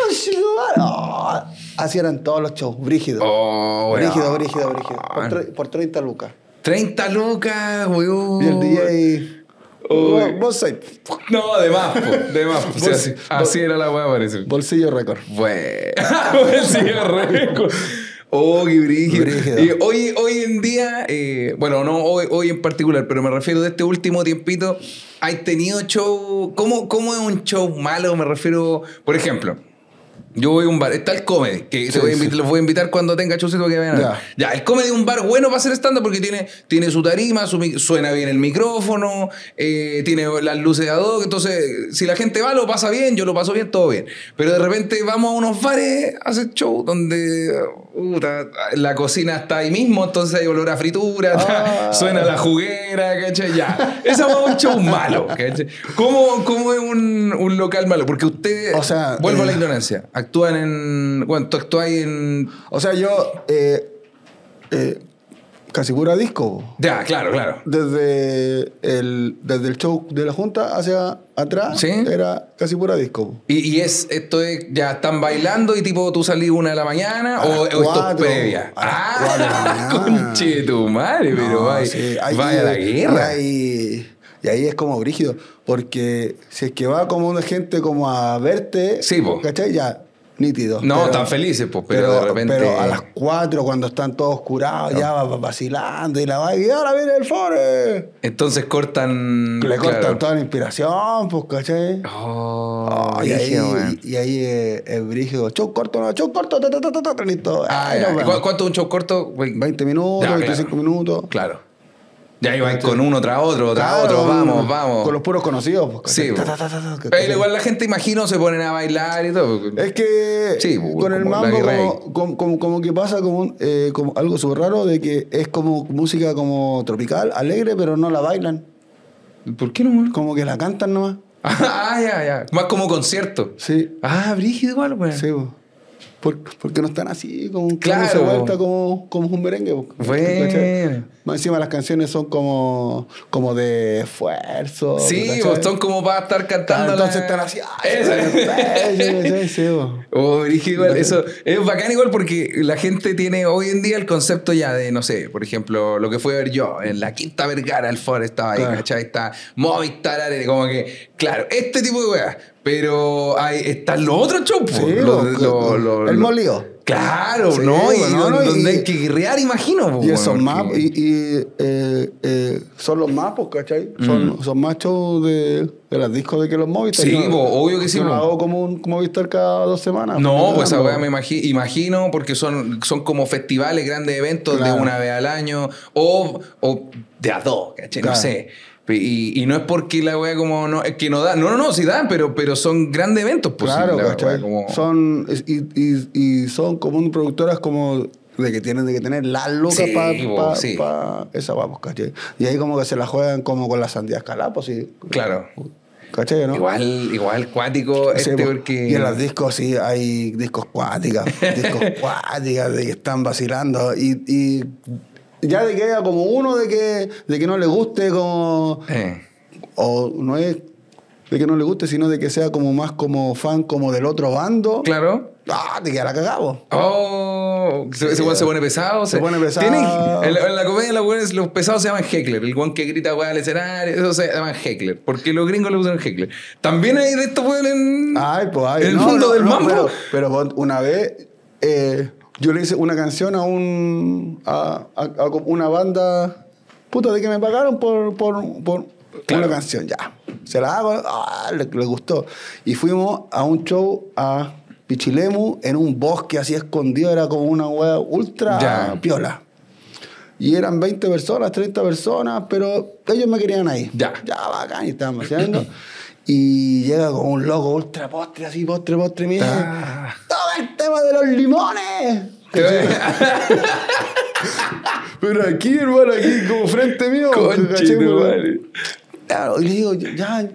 A: ¡Oh! Así eran todos los shows, brígido.
B: Oh, weón. Ah.
A: brígido, brígido, brígido. Por, tre- por 30 lucas.
B: 30 lucas, weón.
A: Y el DJ.
B: Uy.
A: Bolsa-
B: (laughs) No, de más, po, de más. po. Sí,
A: Vos-
B: así, así era la weá, parece.
A: Bolsillo récord.
B: (laughs) Bueno, el cigarro. Oh, qué brígido.
A: Brígido.
B: Y hoy, hoy en día, eh, bueno, no hoy, hoy en particular, pero me refiero de este último tiempito, ¿hay tenido show? ¿Cómo, ¿Cómo es un show malo? Me refiero, por ejemplo, yo voy a un bar, está el comedy, que te voy a
A: sí.
B: invitar- los voy a invitar cuando tenga chocito que vayan a
A: Ya.
B: ver. Ya, el comedy es un bar bueno para hacer stand-up porque tiene, tiene su tarima, su mi- suena bien el micrófono, eh, tiene las luces de adobe, entonces si la gente va lo pasa bien, yo lo paso bien, todo bien. Pero de repente vamos a unos bares a hacer show donde puta, la cocina está ahí mismo, entonces hay olor a fritura, (laughs) está-
A: Ah.
B: suena la juguera, ¿cachai? Ya, esa hueá es un show malo, ¿cachai? ¿Cómo, cómo es un, un local malo? Porque usted,
A: O sea,
B: vuelvo a la
A: eh,
B: ignorancia, actúan en, bueno, tú actúas en...
A: O sea, yo. Eh, eh, casi pura disco. po.
B: Ya, claro, claro.
A: Desde el, desde el show de la Junta hacia atrás
B: Sí.
A: era casi pura disco. po.
B: Y, y es, esto es, ya están bailando y tipo tú salís una de la mañana
A: A
B: o,
A: las
B: o esto es
A: cuatro,
B: previa. Ah,
A: a las cuatro de la mañana.
B: (laughs) conche tu madre, pero
A: No,
B: vaya,
A: sí, hay
B: vaya
A: que-
B: la guerra.
A: Y ahí, y ahí es como brígido, porque si es que va como una gente como a verte,
B: Sí, po.
A: ¿cachai? Ya, nítido.
B: No, están felices, po, pero de repente-
A: Pero a las 4, cuando están todos curados, ya va- va vacilando y la va, y ahora viene el Fore.
B: Entonces cortan.
A: Le cortan
B: Mm, claro.
A: toda la inspiración, pues, ¿cachai?
B: Oh,
A: Oh, y, ahí,
B: brígido, man.
A: y ahí es, es brígido. Show corto, no, show corto, ta, ta, ta, ta, ta, listo.
B: Ah,
A: Ay,
B: ya.
A: nos
B: ¿Y cu-
A: vemos.
B: ¿Cuánto es un show corto? Güey,
A: 20 minutos,
B: Ya, claro.
A: 25 minutos.
B: Claro. Ya ahí van con uno tras otro, tras
A: Claro,
B: otro, vamos, vamos.
A: Con los puros conocidos. Pues,
B: Sí,
A: ¿cachai?
B: po.
A: Ta, ta, ta, ta, ta,
B: Pero
A: ¿cachai?
B: igual la gente, imagino, se ponen a bailar y todo.
A: Es que
B: Sí, pues,
A: con el
B: como
A: mambo
B: Larry Ray.
A: como, como, como- como que pasa como, un, eh, como algo súper raro de que es como música como tropical, alegre, pero no la bailan.
B: ¿Por qué no? (laughs)
A: Como que la cantan nomás.
B: Ah, ya, ya. Más como concierto.
A: Sí,
B: Ah, brígido igual, güey.
A: sí. po. por- porque no están así, como
B: Claro.
A: claro. se vuelta como, como un merengue. po.
B: Bueno.
A: ¿Cachai? Más encima las canciones son como, como de esfuerzo.
B: Sí,
A: ¿cachai? Ah,
B: vos son como para estar cantando.
A: Entonces
B: la-
A: están así. ay,
B: Eso.
A: sí, sí, sí, po.
B: (laughs) Oh, brígido, igual, eso es bacán igual porque la gente tiene hoy en día el concepto ya de, no sé, por ejemplo, lo que fue a ver yo, en la Quinta Vergara el Ford estaba ahí,
A: Claro.
B: ¿cachai? Está Movistar, Arena, como que, claro, este tipo de weas, pero hay, están los otros shows, po,
A: Sí,
B: los-
A: po,
B: los- los-
A: el
B: los-
A: molido.
B: Claro,
A: Sí,
B: ¿no? Y
A: po, no, no,
B: donde, donde
A: y-
B: hay que guerrear, imagino. po,
A: Y
B: weón,
A: esos
B: porque-
A: mapas, y, y, eh, eh, son los mapas, ¿cachai? Son, son más shows de, de las discos de que los Movistar.
B: Mm. Sí,
A: Yo no-
B: po, obvio que sí,
A: Yo
B: po.
A: lo hago como un como Movistar cada dos semanas.
B: No, pues esa
A: Claro.
B: weá me imagi- imagino, porque son, son como festivales, grandes eventos de
A: Claro.
B: una vez al año, o, o de a dos, ¿cachai? No
A: Claro.
B: sé. Y, y no es porque la weá como no, es que no da, no, no, no, sí dan, pero, pero son grandes eventos, pues sí,
A: Claro,
B: la weá
A: ¿cachai?
B: como-
A: Son, y, y, y son como un- productoras como de que tienen de que tener las lucas
B: Sí,
A: para
B: po, sí.
A: esa vamos, ¿cachai? Y ahí como que se la juegan como con las sandías calapos, y,
B: Claro.
A: ¿cachai? ¿no?
B: Igual, igual cuático
A: Sí,
B: este
A: po.
B: porque.
A: Y en los discos sí hay discos cuáticas,
B: (laughs)
A: discos cuáticas de que están vacilando y, y ya de que haya como uno de que, de que no le guste como,
B: Eh.
A: o no es de que no le guste, sino de que sea como más como fan como del otro bando,
B: Claro.
A: ah, te queda la cagamos.
B: Oh, ese ese weón se pone pesado.
A: Se pone pesado.
B: tienen- en, la, en la comedia de los weones, los pesados se llaman heckler. El guan que grita weón al escenario, eso se llaman heckler. Porque los gringos le usan heckler. También hay de estos weones en.
A: Ay, pues ay.
B: El mundo del mambo.
A: Pero, pero pon- una vez eh, yo le hice una canción a un a, a- a como una banda puta de que me pagaron por, por, por
B: Claro.
A: una canción, ya. Se la hago, ah, le, le gustó. Y fuimos a un show a Pichilemu en un bosque así escondido, era como una hueá ultra
B: Ya.
A: piola. Y eran 20 personas, 30 personas, pero ellos me querían ahí.
B: Ya.
A: Ya, bacán, y estábamos haciendo. y llega con un loco ultra postre, así, postre, postre, y me dice,
B: Ah.
A: ¡Toma el tema de los limones! (laughs) Pero aquí, hermano, aquí, como frente mío. ¿cachai?
B: Conchito, madre.
A: Claro, y le digo, ya,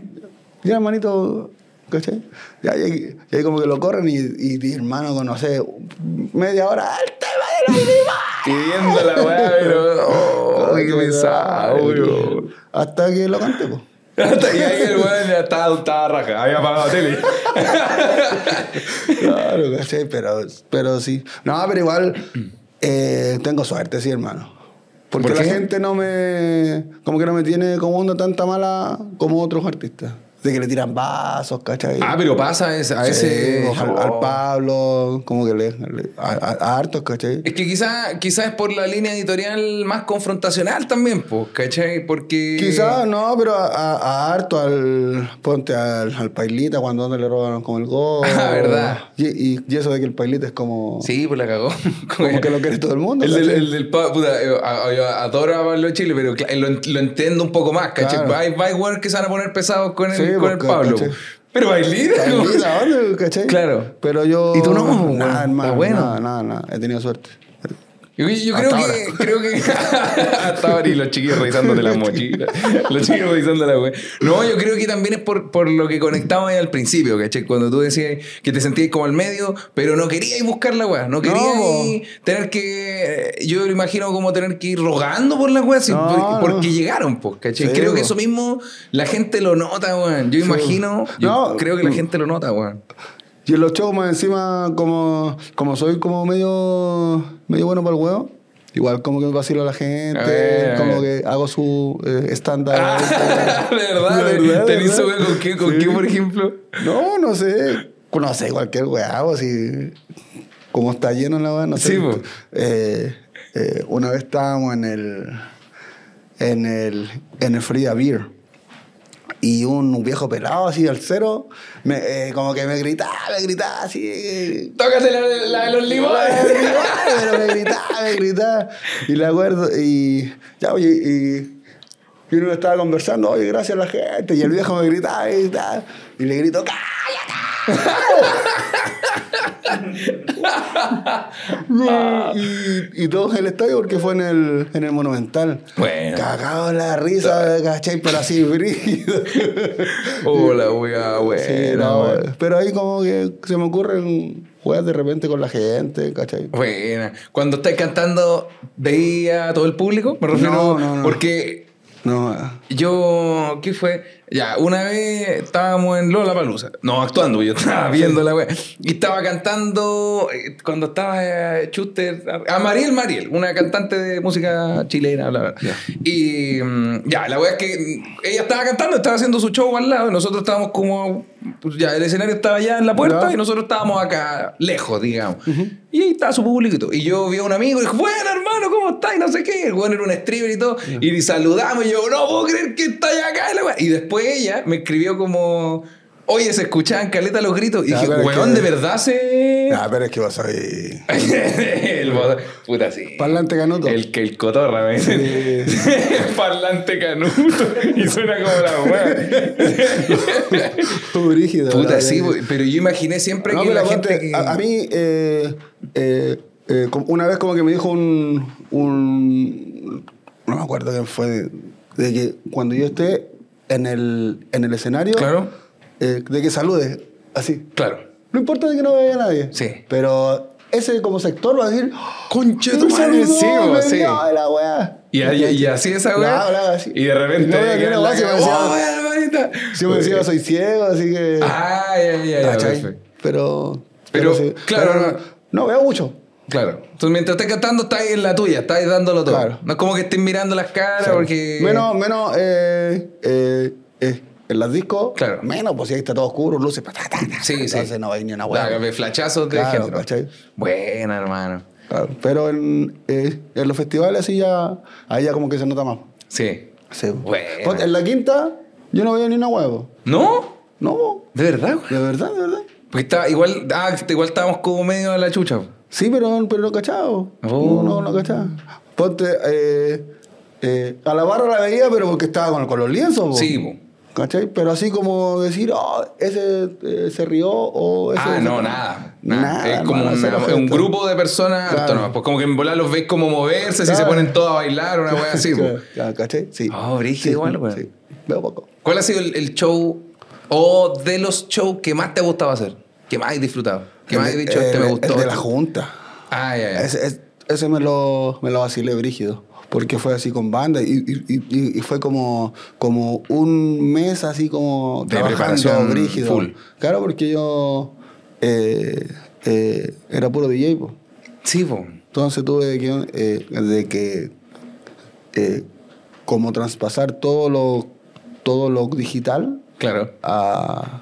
A: ya, hermanito, ¿cachai? Ya, y ahí- y ahí como que lo corren y, y, mi hermano, con, no sé, media hora, ¡el tema de los limones!
B: Pidiendo la weá, pero. Oh, qué pesado, weón.
A: Hasta que lo cante, pues.
B: (laughs) Hasta que ahí el weón ya estaba, estaba raja. Había apagado la tele.
A: Claro, (laughs) ¿cachai? Pero, pero sí. No, pero igual eh, tengo suerte, sí, hermano. Porque
B: ¿Por
A: la
B: qué?
A: gente no me. como que no me tiene como onda tanta mala como otros artistas. De que le tiran vasos, ¿cachai?
B: Ah, pero pasa es- a oh.
A: Sí,
B: ese.
A: al, al Pablo, como que le. le- a, a- a hartos, ¿cachai?
B: Es que quizás quizá es por la línea editorial más confrontacional también, pues, ¿cachai? Porque.
A: Quizás no, pero a, a- a harto al. Ponte al, al Pailita cuando anda le robaron con el gol.
B: (laughs) Ah, verdad.
A: Y, y- y eso de que el Pailita es como.
B: Sí, pues la cagó. (laughs)
A: Como que lo quiere todo el mundo,
B: El del,
A: ¿cachai?
B: el del pa- puta, yo a- yo adoro a Pablo Chile, pero cla- eh, lo, en- lo entiendo un poco más, ¿cachai?
A: Claro.
B: Hay, hay weones que se van a poner pesados con el,
A: Sí,
B: con
A: pues,
B: el Pablo.
A: ¿cachai?
B: Pero bailita,
A: Ay,
B: ¿no? (laughs)
A: mira, ¿dónde, cachai?
B: Claro.
A: Pero yo.
B: Y tú no,
A: nada,
B: weón. Está
A: hermano,
B: bueno.
A: Nada, nada, nada. He tenido suerte.
B: Yo, yo
A: Hasta
B: creo,
A: (laughs)
B: que,
A: ahora.
B: creo que. (laughs) Hasta ahora y los chiquillos revisándote las mochilas. Los chiquillos revisando la wea. No, yo creo que también es por, por lo que conectamos ahí al principio, ¿cachai? Cuando tú decías que te sentías como al medio, pero no querías buscar la wea. No querías
A: po.
B: tener que. eh, Yo lo imagino como tener que ir rogando por la wea, si-
A: No,
B: por-
A: no.
B: porque llegaron, pues, ¿cachai?
A: Sí,
B: creo que
A: po.
B: eso mismo la gente lo nota, weón. Yo
A: Sí.
B: imagino. Yo
A: No.
B: creo que la gente lo nota, weón.
A: Y en los shows más encima, como, como soy como medio, medio bueno para el huevo, igual como que vacilo a la gente,
B: A ver, a
A: como
B: ver.
A: que hago su eh, estándar.
B: Eh. (laughs) Ah,
A: eh,
B: ¿Verdad?
A: de verdad, de
B: ¿Tenís
A: verdad.
B: wea con qué, con
A: Sí.
B: qué, por ejemplo?
A: No, no sé. No sé, cualquier huevo, así. Como está lleno la weá, no sé.
B: Sí, po.
A: Eh, eh, una vez estábamos en el. En el. En el Frida Beer. Y un viejo pelado así al cero, me, eh, como que me gritaba, me gritaba así. eh,
B: Tócate la, la de los (laughs) limones.
A: pero me gritaba, me gritaba. Y la acuerdo, y ya, oye, y, y uno estaba conversando, oye, gracias a la gente. Y el viejo me gritaba, me gritaba. Y le grito, ¡cállate! y, y todos en el estadio porque fue en el, en el Monumental.
B: Bueno.
A: Cagado en la risa, ¿cachai? Pero así, (laughs) brígido.
B: Hola, weá, buena,
A: Sí, no,
B: weá.
A: pero ahí como que se me ocurren juegas de repente con la gente, ¿cachai?
B: Buena. Cuando estáis cantando, veía a todo el público, me refiero.
A: No, no, no.
B: Porque
A: No,
B: ah. yo, ¿qué fue? Ya, una vez estábamos en Lola Palusa. No, actuando, yo estaba viendo la wea. Y estaba cantando, eh, cuando estaba eh, Chuster, a Mariel Mariel, una cantante de música chilena, bla, bla. bla. Y mm, ya, la wea es que mm, ella estaba cantando, estaba haciendo su show al lado, y nosotros estábamos como, pues, ya, el escenario estaba allá en la puerta,
A: Ya.
B: y nosotros estábamos acá, lejos, digamos. Y ahí estaba su público y todo. Y yo vi a un amigo y dije, bueno, hermano, ¿cómo estás? Y no sé qué. El bueno era un streamer y todo. Y saludamos y yo, no puedo creer que estás acá. Y, la wea. Y después ella me escribió como, oye, se escuchaban caleta los gritos. Y
A: Ya,
B: dije,
A: pero es
B: weón,
A: que-
B: de verdad se...
A: Ah, pero es que vas a ir.
B: (laughs) el botón. Puta, sí.
A: Parlante Eh, canuto. (laughs)
B: El que el cotorra, me dicen.
A: Sí.
B: (laughs) Parlante canuto. Y suena como la
A: (laughs)
B: weá.
A: Brígido.
B: Puta,
A: ¿verdad?
B: sí, wey. pero yo imaginé siempre
A: No,
B: que
A: pero
B: la
A: aparte,
B: gente... que-
A: a, a mí, eh, eh, eh, como- una vez como que me dijo un, un- No me acuerdo quién fue. De, de que cuando yo esté en el, en el escenario.
B: Claro.
A: eh, de que salude, así.
B: Claro.
A: No importa de que no vea a nadie.
B: Sí.
A: Pero ese como sector va a decir.
B: Conche
A: "Me
B: tu madre,
A: saludó,
B: sí, bo,
A: me
B: sí.
A: vio de la wea".
B: Y, ahí- y así esa weá.
A: Claro, claro, así.
B: Y de repente.
A: No, no, no, no,
B: la-
A: sí, me decía-
B: ¡Oh, weá, hermanita!
A: Si me decía, soy ciego, así que.
B: Ah, ya, ya, ya.
A: ¿cachai?
B: perfecto.
A: Pero.
B: Pero, claro,
A: pero no, no veo mucho.
B: Claro. Entonces, mientras estás cantando, estás en la tuya, estás dándolo todo.
A: Claro.
B: No es como que estés mirando las caras, porque.
A: Menos, menos, eh, eh, eh, en las discos,
B: Claro.
A: menos, pues si ahí está todo oscuro, luces, pa, ta, ta, ta,
B: Sí, sí.
A: entonces no hay ni una
B: Claro,
A: hueá.
B: ve flachazos de
A: Claro,
B: género.
A: ¿cachai?
B: Buena, hermano.
A: Claro, Pero en, eh, en los festivales así ya, ahí ya como que se nota más.
B: Sí.
A: Sí.
B: Buena.
A: Pues, en la quinta, yo no veía ni una huevo.
B: ¿No?
A: No,
B: ¿De verdad, güey?
A: de verdad, de verdad.
B: Porque estaba igual. Ah, igual estábamos como medio a la chucha.
A: Sí, pero, pero no cachado.
B: Oh.
A: No, no, no cachado. Ponte, eh, eh, a la barra la veía, pero porque estaba con, con los lienzos. po.
B: Sí, po.
A: ¿Cachai? Pero así como decir, oh, ese eh, se rió o ese.
B: Ah,
A: ese-
B: no, nada. nada. es como
A: hermano,
B: una-
A: cero
B: es un
A: gente.
B: grupo de personas
A: Claro.
B: autónomas. Pues como que en volar los ves como moverse, si se
A: Claro.
B: ponen todos a bailar, una
A: (laughs)
B: wea así.
A: Claro,
B: pues.
A: claro, ¿cachai? Sí.
B: Ah, brígido igual, weón.
A: Sí. Veo poco.
B: ¿Cuál ha sido el, el show o de los shows que más te ha gustado hacer? Que más has disfrutado. Que más has
A: El-
B: dicho,
A: el-
B: este me gustó.
A: El de la
B: este-
A: Junta.
B: Ah, ya, ya.
A: Ese, es- ese me, lo, me lo vacilé brígido. Porque fue así con banda y, y- y- y fue como, como un mes así como
B: De
A: trabajando
B: preparación full.
A: Claro, porque yo eh, eh, era puro DJ. po.
B: Sí, pues, po.
A: Entonces tuve que, eh, de que eh, como traspasar todo lo, todo lo digital
B: Claro.
A: a,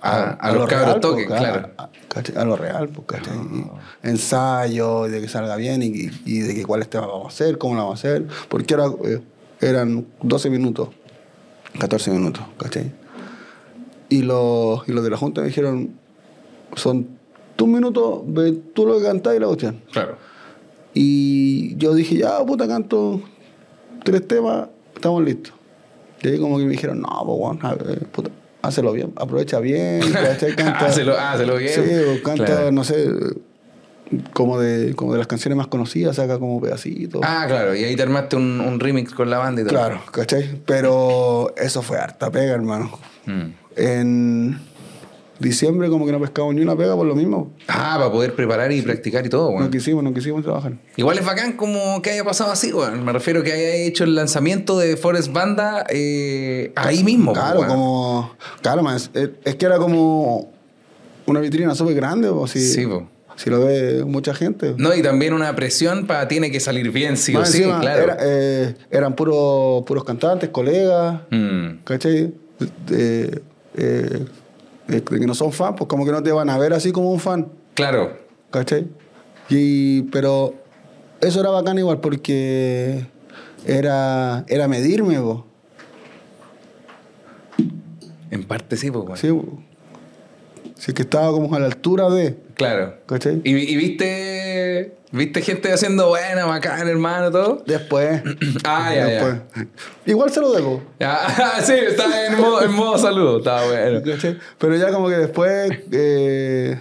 B: A- a los cabros toque,
A: po,
B: claro. Ah.
A: A, ¿cachai? a lo real, po, ¿cachai? Y Ensayo, y de que salga bien y, y- y de que cuáles temas vamos a hacer, cómo lo vamos a hacer. Porque era, eh, eran 12 minutos, 14 minutos, ¿cachai? Y los, y los de la Junta me dijeron, son tus minutos, ve tú lo que cantás y la cuestión.
B: Claro.
A: Y yo dije, ya, puta, canto tres temas, estamos listos. Y ahí como que me dijeron, no, pues, weón, a ver, puta, hácelo bien, aprovecha
B: (laughs)
A: bien,
B: Ah,
A: ¿cachai? canta.
B: Hácelo- hácelo bien.
A: Sí, o canta,
B: Claro.
A: no sé, como de, como de las canciones más conocidas, saca como pedacitos.
B: Ah, claro. Y ahí te armaste un, un remix con la banda y todo.
A: claro, ¿cachai? Pero eso fue harta pega, hermano.
B: Mm.
A: En diciembre como que no pescamos ni una pega por lo mismo.
B: Ah, para poder preparar y practicar y todo, weón.
A: No quisimos, no quisimos trabajar.
B: Igual es bacán como que haya pasado así, weón. Me refiero que haya hecho el lanzamiento de Forest Banda eh, ahí mismo.
A: Claro,
B: weón.
A: como. Claro, man, es, es- es que era como una vitrina súper grande, po, si,
B: Sí, po.
A: si lo ve mucha gente.
B: No, y también una presión para tiene que salir bien, sí o
A: Más
B: sí,
A: encima,
B: claro.
A: era- eh, eran puros puros cantantes, colegas,
B: Mm.
A: ¿cachai? De- eh, de que no son fans, pues como que no te van a ver así como un fan.
B: Claro.
A: ¿Cachai? Y, pero eso era bacán igual porque era, era medirme, po.
B: En parte sí, pues, weón.
A: Sí, po. Si es que estaba como a la altura de,
B: Claro.
A: ¿cachai?
B: ¿Y, y viste ¿Viste? ¿Viste gente haciendo buena, bacán, hermano, todo?
A: Después.
B: (clears throat) Ah, ya,
A: después. Igual se lo debo.
B: Ya, (laughs) sí, está en modo, en modo saludo, está bueno.
A: ¿cachai? Pero ya como que después eh,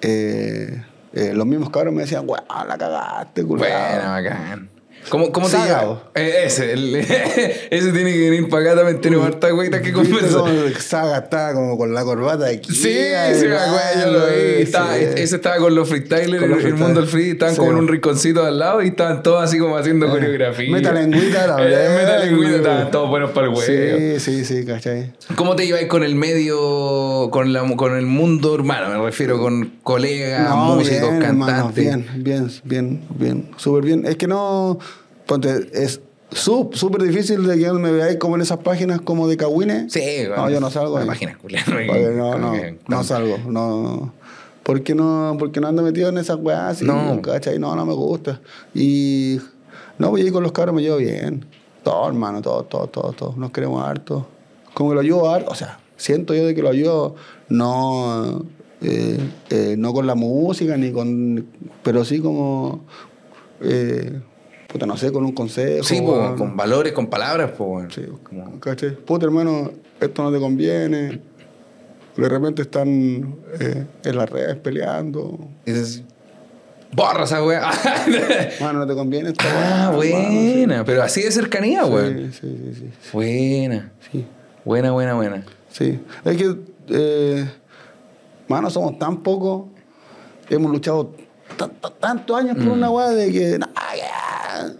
A: eh, eh, los mismos cabros me decían, weón, la cagaste,
B: Bueno,
A: culpado.
B: bacán. ¿Cómo, cómo te
A: Saga,
B: llega?
A: vos.
B: Eh, ese, el- (laughs) ese tiene que venir para acá también, tenemos harta güeyita que conversar.
A: Saga estaba como con la corbata aquí.
B: Sí, sí, me acuerdo, yo lo vi. Estaba- Ese estaba con los freestylers,
A: Con
B: en
A: los
B: el mundo del
A: freestylers.
B: free,
A: Sí,
B: estaban
A: Eh,
B: como en
A: bueno.
B: un rinconcito al lado y estaban todos así como haciendo coreografía.
A: Metalengüita, la
B: Eh,
A: verdad.
B: Metalengüita, estaban todos buenos para el huevo.
A: Sí, sí, sí, ¿cachai?
B: ¿Cómo te lleváis con el medio, con, la, con el mundo urbano? Me refiero con colegas, músicos,
A: bien, hermano,
B: cantantes.
A: bien, bien, bien, bien, súper bien. Es que no, ponte, es su- súper difícil de que me veáis como en esas páginas como de Cahuine.
B: Sí,
A: No, yo no salgo. ahí.
B: Imagina,
A: Porque no, no, no salgo, no. Porque no, porque no ando metido en esas weas así,
B: No.
A: ¿cachai? No, no me gusta. Y no, pues ahí con los cabros me llevo bien. Todo, hermano, todo, todo, todo, todo. Nos queremos harto. Como que lo ayudo harto, o sea, siento yo de que lo ayudo, no, eh, eh, no con la música, ni con. Pero sí como. eh, puta, no sé, con un consejo.
B: Sí, po,
A: weón.
B: con valores, con palabras, pues.
A: Sí, ¿cachai? Puta, hermano, esto no te conviene. De repente están eh, en las redes peleando.
B: Dices, borra esa weá. (laughs)
A: Mano, no te conviene esta
B: ah,
A: weá, hermano,
B: buena. Pero así de cercanía,
A: sí.
B: weón.
A: Sí, sí, sí, sí,
B: Buena.
A: sí,
B: Buena, buena, buena.
A: sí. Es que, eh, mano, somos tan pocos. Hemos luchado tan- tan- tantos años
B: Mm.
A: por una weá de que. No, ya.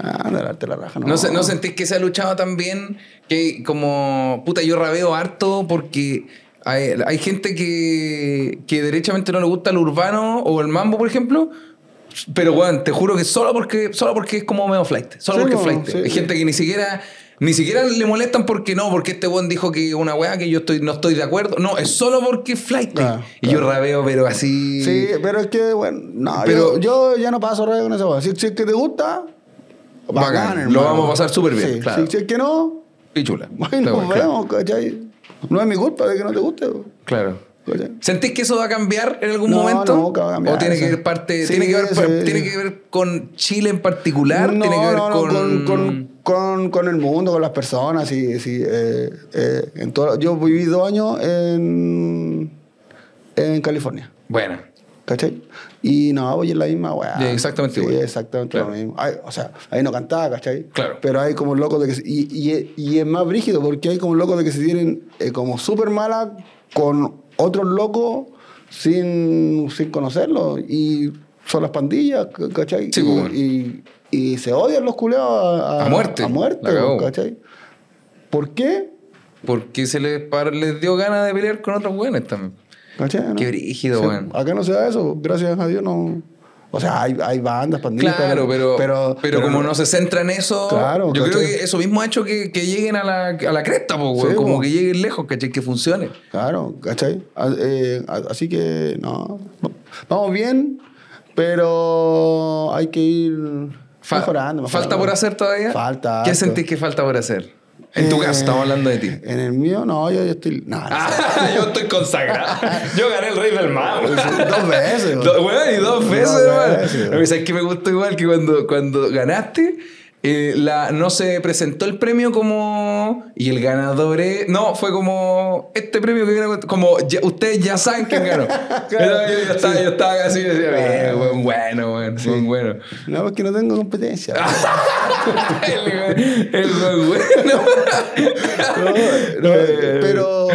A: Ah, no, darte la raja, no.
B: No, se- no sentís que se ha luchado tan bien que como, puta, yo rabeo harto porque hay, hay gente que, que derechamente no le gusta el urbano o el mambo, por ejemplo. Pero, weón, te juro que solo porque, solo porque es como medio flight. Solo
A: Sí,
B: porque es
A: po,
B: flight.
A: sí,
B: hay
A: sí.
B: gente que ni siquiera... Ni siquiera le molestan porque no, porque este weón dijo que una weá que yo estoy, no estoy de acuerdo. No, es solo porque es flight.
A: Ah,
B: y yo rabeo, pero así.
A: Sí, pero es que, bueno, no,
B: Pero-
A: pero yo, yo ya no paso radio con esa weá. Si, si es que te gusta,
B: Bacán, lo vamos a pasar súper bien,
A: Sí,
B: claro.
A: si, si es que no, (laughs)
B: Y chula.
A: ahí nos
B: Claro,
A: vemos, ¿cachai? No es mi culpa de que no te guste,
B: Claro.
A: ¿cachai?
B: ¿Sentís que eso va a cambiar en algún
A: No,
B: momento?
A: no, que va a cambiar,
B: ¿O tiene que
A: sí.
B: ver parte,
A: Sí,
B: tiene, que ver,
A: sí.
B: tiene que ver con Chile en particular?
A: No,
B: ¿Tiene que ver
A: no, no,
B: con...
A: con, con, con- con el mundo, con las personas. Y, sí, eh, eh, en todo- yo viví dos años en, en California.
B: Bueno,
A: ¿Cachai? Y no, oye, es la misma weá.
B: Ya, exactamente igual.
A: Sí, exactamente
B: Claro.
A: lo mismo. Ay, o sea, ahí no cantaba, ¿cachai?
B: Claro.
A: Pero hay como locos de que. se- Y, y, y es más brígido porque hay como locos de que se tienen eh, como súper mala con otros locos sin, sin conocerlos. Y son las pandillas, c- ¿cachai?
B: Sí,
A: y,
B: pues, bueno.
A: y, y se odian los culeados a,
B: A muerte.
A: A muerte, pues,
B: La cagó.
A: ¿cachai? ¿Por qué?
B: porque se les, par- les dio ganas de pelear con otros buenos también.
A: ¿Cachai? no?
B: Qué brígido,
A: Sí,
B: weón.
A: Acá no se da eso, gracias a Dios no. O sea, hay, hay bandas, pandillas.
B: Claro, pero, pero, como no se centra en eso,
A: Claro,
B: yo creo
A: ¿cachai?
B: que eso mismo ha hecho que, que lleguen a la, a la cresta, po, güey,
A: Sí,
B: como
A: po.
B: que lleguen lejos, ¿cachai? Que funcione.
A: Claro, ¿cachai? A- eh, a- así que no. no. Vamos bien, pero hay que ir
B: Fa-
A: mejorando, mejorando.
B: ¿Falta por hacer todavía?
A: Falta.
B: ¿Qué
A: harto.
B: sentís que falta por hacer? En tu
A: Eh,
B: caso, estamos hablando de ti.
A: En el mío, no, yo, yo estoy. no, no sé.
B: Ah, (laughs) yo estoy consagrado. Yo gané el Rey del Mambo. (laughs)
A: Dos veces.
B: Do- weón, y dos veces,
A: Dos
B: hermano.
A: veces.
B: Pero ¿Sabes qué me gustó igual? Que cuando, cuando ganaste, eh, la, no se presentó el premio como. Y el ganador es. No, fue como. Este premio que viene. Como. ya- ustedes ya saben
A: (laughs)
B: quién ganó. Era- yo, estaba, yo estaba así. yo decía, "Bien, weón, bueno, bueno,
A: (laughs)
B: bueno.
A: No, porque no tengo competencia.
B: Ah. el, el (laughs) weón bueno.
A: (laughs) No, no,
B: eh,
A: pero,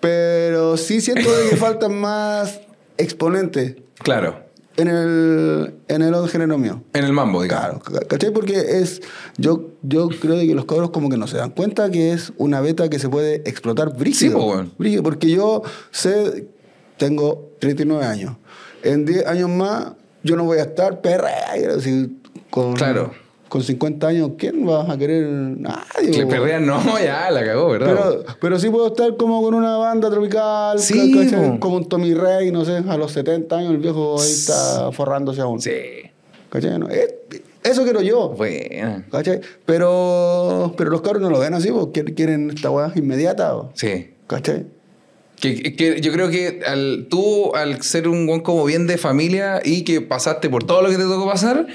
A: pero sí siento de que faltan más exponentes
B: Claro.
A: en el, en el otro género mío.
B: En el mambo,
A: Claro,
B: digamos.
A: ca- ¿cachai? Porque es. Yo, yo creo de que los cabros como que no se dan cuenta que es una beta que se puede explotar brígido.
B: Sí, po, weón.
A: Brígido, porque yo sé, tengo 39 años. En 10 años más, yo no voy a estar perra. si con,
B: Claro.
A: con 50 años, ¿quién vas a querer? Nadie.
B: Le
A: po.
B: perrean, no, ya, la cagó, ¿verdad?
A: Pero, pero sí puedo estar como con una banda tropical,
B: Sí,
A: ¿cachai?
B: po.
A: como un Tommy Rey, no sé, a los 70 años el viejo ahí está forrándose aún.
B: Sí.
A: ¿Cachai? No, eh, Eso quiero yo.
B: Buena.
A: ¿Cachai? Pero, pero los cabros no lo ven así, porque quieren esta weá inmediata. po,
B: Sí.
A: ¿Cachai?
B: Que, que yo creo que al, tú, al ser un guan como bien de familia y que pasaste por todo lo que te tocó pasar,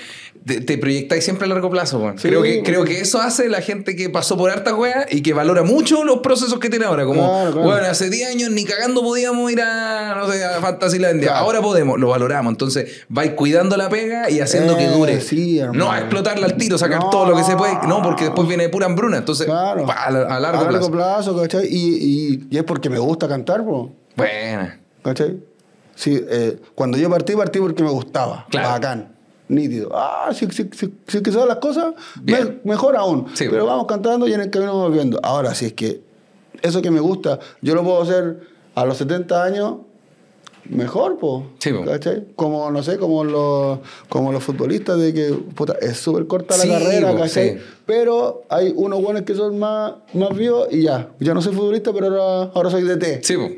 B: te, te proyectáis siempre a largo plazo, weón.
A: Sí,
B: creo, que,
A: weón.
B: creo que eso hace la gente que pasó por hartas weas y que valora mucho los procesos que tiene ahora. Como,
A: Claro, claro.
B: weón, hace 10 años ni cagando podíamos ir a, no sé, a Fantasylandia.
A: Claro.
B: Ahora podemos, lo valoramos. Entonces, vais cuidando la pega y haciendo que
A: Eh,
B: dure.
A: sí, hermano.
B: no a explotarla al tiro, sacar
A: No,
B: todo lo que se
A: no.
B: puede. No, porque después viene pura hambruna. Entonces,
A: Claro.
B: pa, a, la- a largo plazo.
A: plazo, ¿cachai? Y, y- y es porque me gusta cantar, po,
B: Buena.
A: ¿cachai? Sí, eh, cuando yo partí, partí porque me gustaba.
B: Claro.
A: Bacán. Nítido. Ah, si, si, si- si es que son las cosas,
B: Bien.
A: me- mejor aún.
B: Sí.
A: Pero vamos cantando y en el camino vamos viendo. Ahora, si es que eso que me gusta, yo lo puedo hacer a los 70 años, mejor, po.
B: Sí, po.
A: ¿Cachai? Como, no sé, como los, como los futbolistas de que, puta, es súper corta
B: Sí,
A: la carrera,
B: po,
A: ¿cachai?
B: sí.
A: Pero hay unos buenos que son más, más vivos y ya. Yo no soy futbolista, pero ahora, ahora soy DT.
B: Sí, po.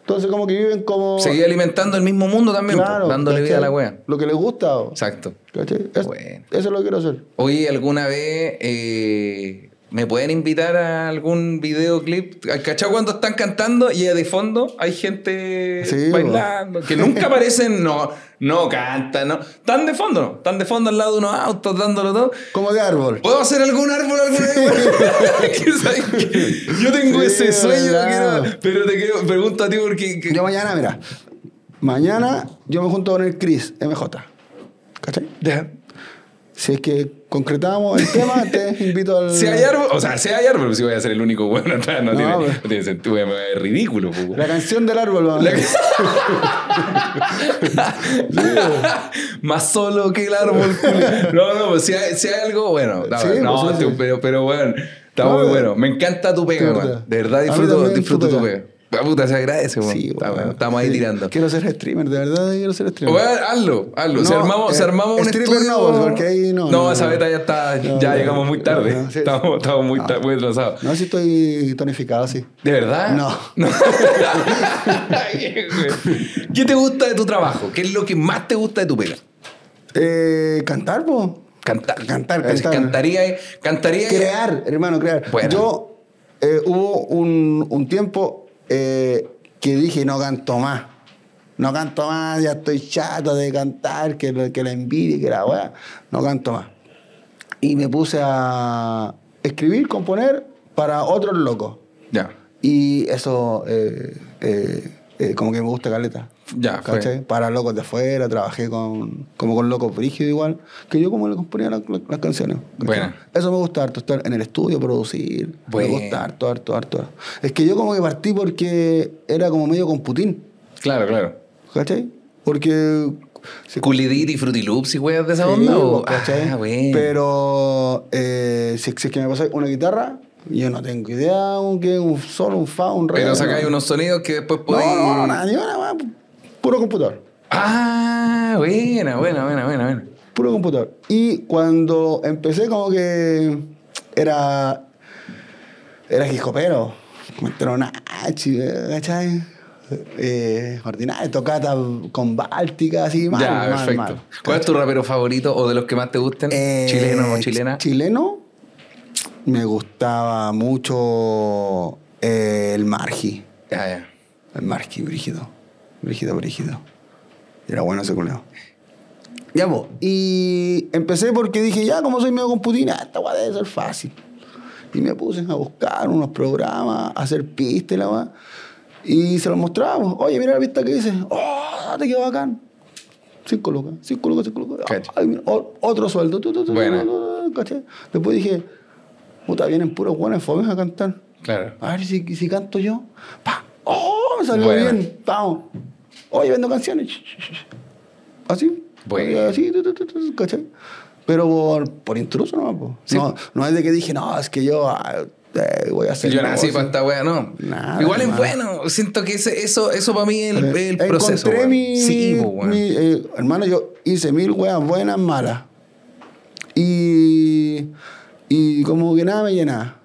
A: Entonces, como que viven como.
B: Seguí alimentando el mismo mundo también, po,
A: Claro,
B: dándole
A: ¿cachai?
B: vida a la wea.
A: Lo que les gusta. o-
B: Exacto.
A: ¿cachai? Es-
B: Bueno.
A: Eso lo quiero hacer.
B: Oye, ¿alguna vez eh, me pueden invitar a algún videoclip? ¿Cachá cuando están cantando y de fondo hay gente
A: Sí,
B: bailando?
A: (laughs)
B: Que nunca aparecen, no, no cantan, no. Están de fondo, ¿no? Están de fondo al lado de unos autos dándolo todo.
A: Como de árbol.
B: ¿Puedo hacer algún árbol alguna
A: (laughs)
B: vez? Que sabes que Yo tengo
A: Sí,
B: ese sueño,
A: verdad.
B: que era- pero te quiero, pregunto a ti porque... que-
A: Yo mañana, mira. Mañana yo me junto con el Chris MJ. ¿Cachai?
B: Ya.
A: Si es que concretamos el tema, te
B: (laughs)
A: invito al.
B: Si hay árbol, o sea, si hay árbol, si voy a ser el único bueno (laughs) atrás, no,
A: No,
B: tiene,
A: pero-
B: no tiene sentido, voy a- me voy a ver ridículo. po.
A: La canción del árbol, vamos.
B: La- (laughs) Más solo que el árbol. culiao. No, no, pues si hay, si hay algo, bueno. no,
A: Sí,
B: no,
A: pues sí,
B: tú-
A: sí.
B: pero, pero bueno, está
A: No,
B: muy
A: de-
B: bueno. Me encanta tu pega,
A: de
B: weón.
A: verdad.
B: De verdad
A: A mí
B: disfruto,
A: también
B: disfruto
A: tu
B: tu
A: pega.
B: pega. Ah, Puta, se agradece, weón.
A: Sí,
B: Está
A: bueno.
B: bueno, Estamos ahí
A: Sí.
B: tirando.
A: Quiero ser streamer, de verdad quiero ser streamer.
B: Weón, hazlo, hazlo. si
A: No,
B: armamos, si
A: eh,
B: armamos un
A: stripper
B: estudio...
A: no, pues, porque ahí no, no,
B: esa
A: no.
B: beta ya está...
A: No,
B: ya
A: no,
B: llegamos muy tarde.
A: no, sí. Ah.
B: estamos, estamos muy,
A: No.
B: ta- muy atrasados.
A: No sé si estoy tonificado así.
B: ¿De verdad? (laughs)
A: No.
B: Bien, güey. ¿Qué te gusta de tu trabajo? ¿Qué es lo que más te gusta de tu pega?
A: Eh, cantar, po.
B: Cantar.
A: Cantar,
B: Es-
A: cantar.
B: Cantaría. Cantaría.
A: Crear, hermano, crear.
B: Bueno.
A: Yo eh, hubo un, un tiempo eh, que dije, no canto más. No canto más, ya estoy chato de cantar, que, la- que la envidia, que la weá. No canto más. Y me puse a escribir, componer para otros locos.
B: Ya.
A: Y eso, eh, eh, eh, como que me gusta Caleta.
B: Ya, Ah, fue.
A: ¿Cachai? Para locos de afuera, trabajé con, como con locos brígidos igual, que yo como le componía la- la- las canciones. ¿cachai?
B: Buena.
A: Eso me gusta harto, estar en el estudio, producir.
B: Buena.
A: Me gusta harto, harto, harto. Es que yo como que partí porque era como medio con Putin,
B: Claro, claro.
A: ¿cachai? Porque... se-
B: Culidit y frutiloops y weas de esa
A: Sí, pues,
B: onda. o-
A: ¿cachai?
B: Ah, bueno.
A: Pero eh, si, si es que me pasáis una guitarra, yo no tengo idea, un, que un solo, un fa, un re.
B: Pero
A: no.
B: sacáis unos sonidos que después
A: No,
B: podéis.
A: no, no, nada, ni una, weá, puro computador.
B: Ah, buena, buena, buena, buena, buena.
A: Puro computador. Y cuando empecé, como que era. Era hijopero. Tronachi, ¿cachai? Eh, ordinario, tocata con Báltica, así, mal,
B: ya,
A: mal,
B: perfecto.
A: mal.
B: ¿Cuál es tu rapero favorito o de los que más te gusten?
A: Eh,
B: ¿Chileno o chilena?
A: Chileno, me gustaba mucho eh, el Margi.
B: Ya, ya.
A: El Marqui, brígido. Brígido, brígido. Era bueno ese culeo. Ya, po. Y empecé porque dije, ya, como soy medio con Putin, ah, esta weá debe ser fácil. Y me puse a buscar unos programas, a hacer pistas y la weá. Y se los mostraba. Oye, mira la pista que hice. ¡Oh, te quedó bacán! Cinco lucas, cinco lucas, cinco lucas.
B: Cacha.
A: Ay, mira, o- otro sueldo. Tu, tu, tu, tu,
B: Buena.
A: tu, tu, tu, ¿cachai? Después dije, puta, vienen puros buenos fomes a cantar.
B: Claro.
A: A ver si, si canto yo. Pa. ¡Oh! Me salió
B: Buena.
A: bien. Vamos. Oye, vendo canciones. Así.
B: Buena.
A: Así, tu, tu, tu, tu, ¿cachai? Pero por, por intruso nomás, po.
B: Sí.
A: No, no es de que dije, no, es que yo ah, eh, voy a hacer.
B: Yo nací
A: negocio".
B: para esta wea, no.
A: Nada,
B: Igual es
A: nada.
B: bueno. Siento que ese- eso, eso para mí es el, el
A: Eh,
B: proceso.
A: Encontré
B: weón.
A: mi,
B: sí, po, weón.
A: mi, eh, hermano, yo hice mil weas buenas, malas. Y, y como que nada me llenaba.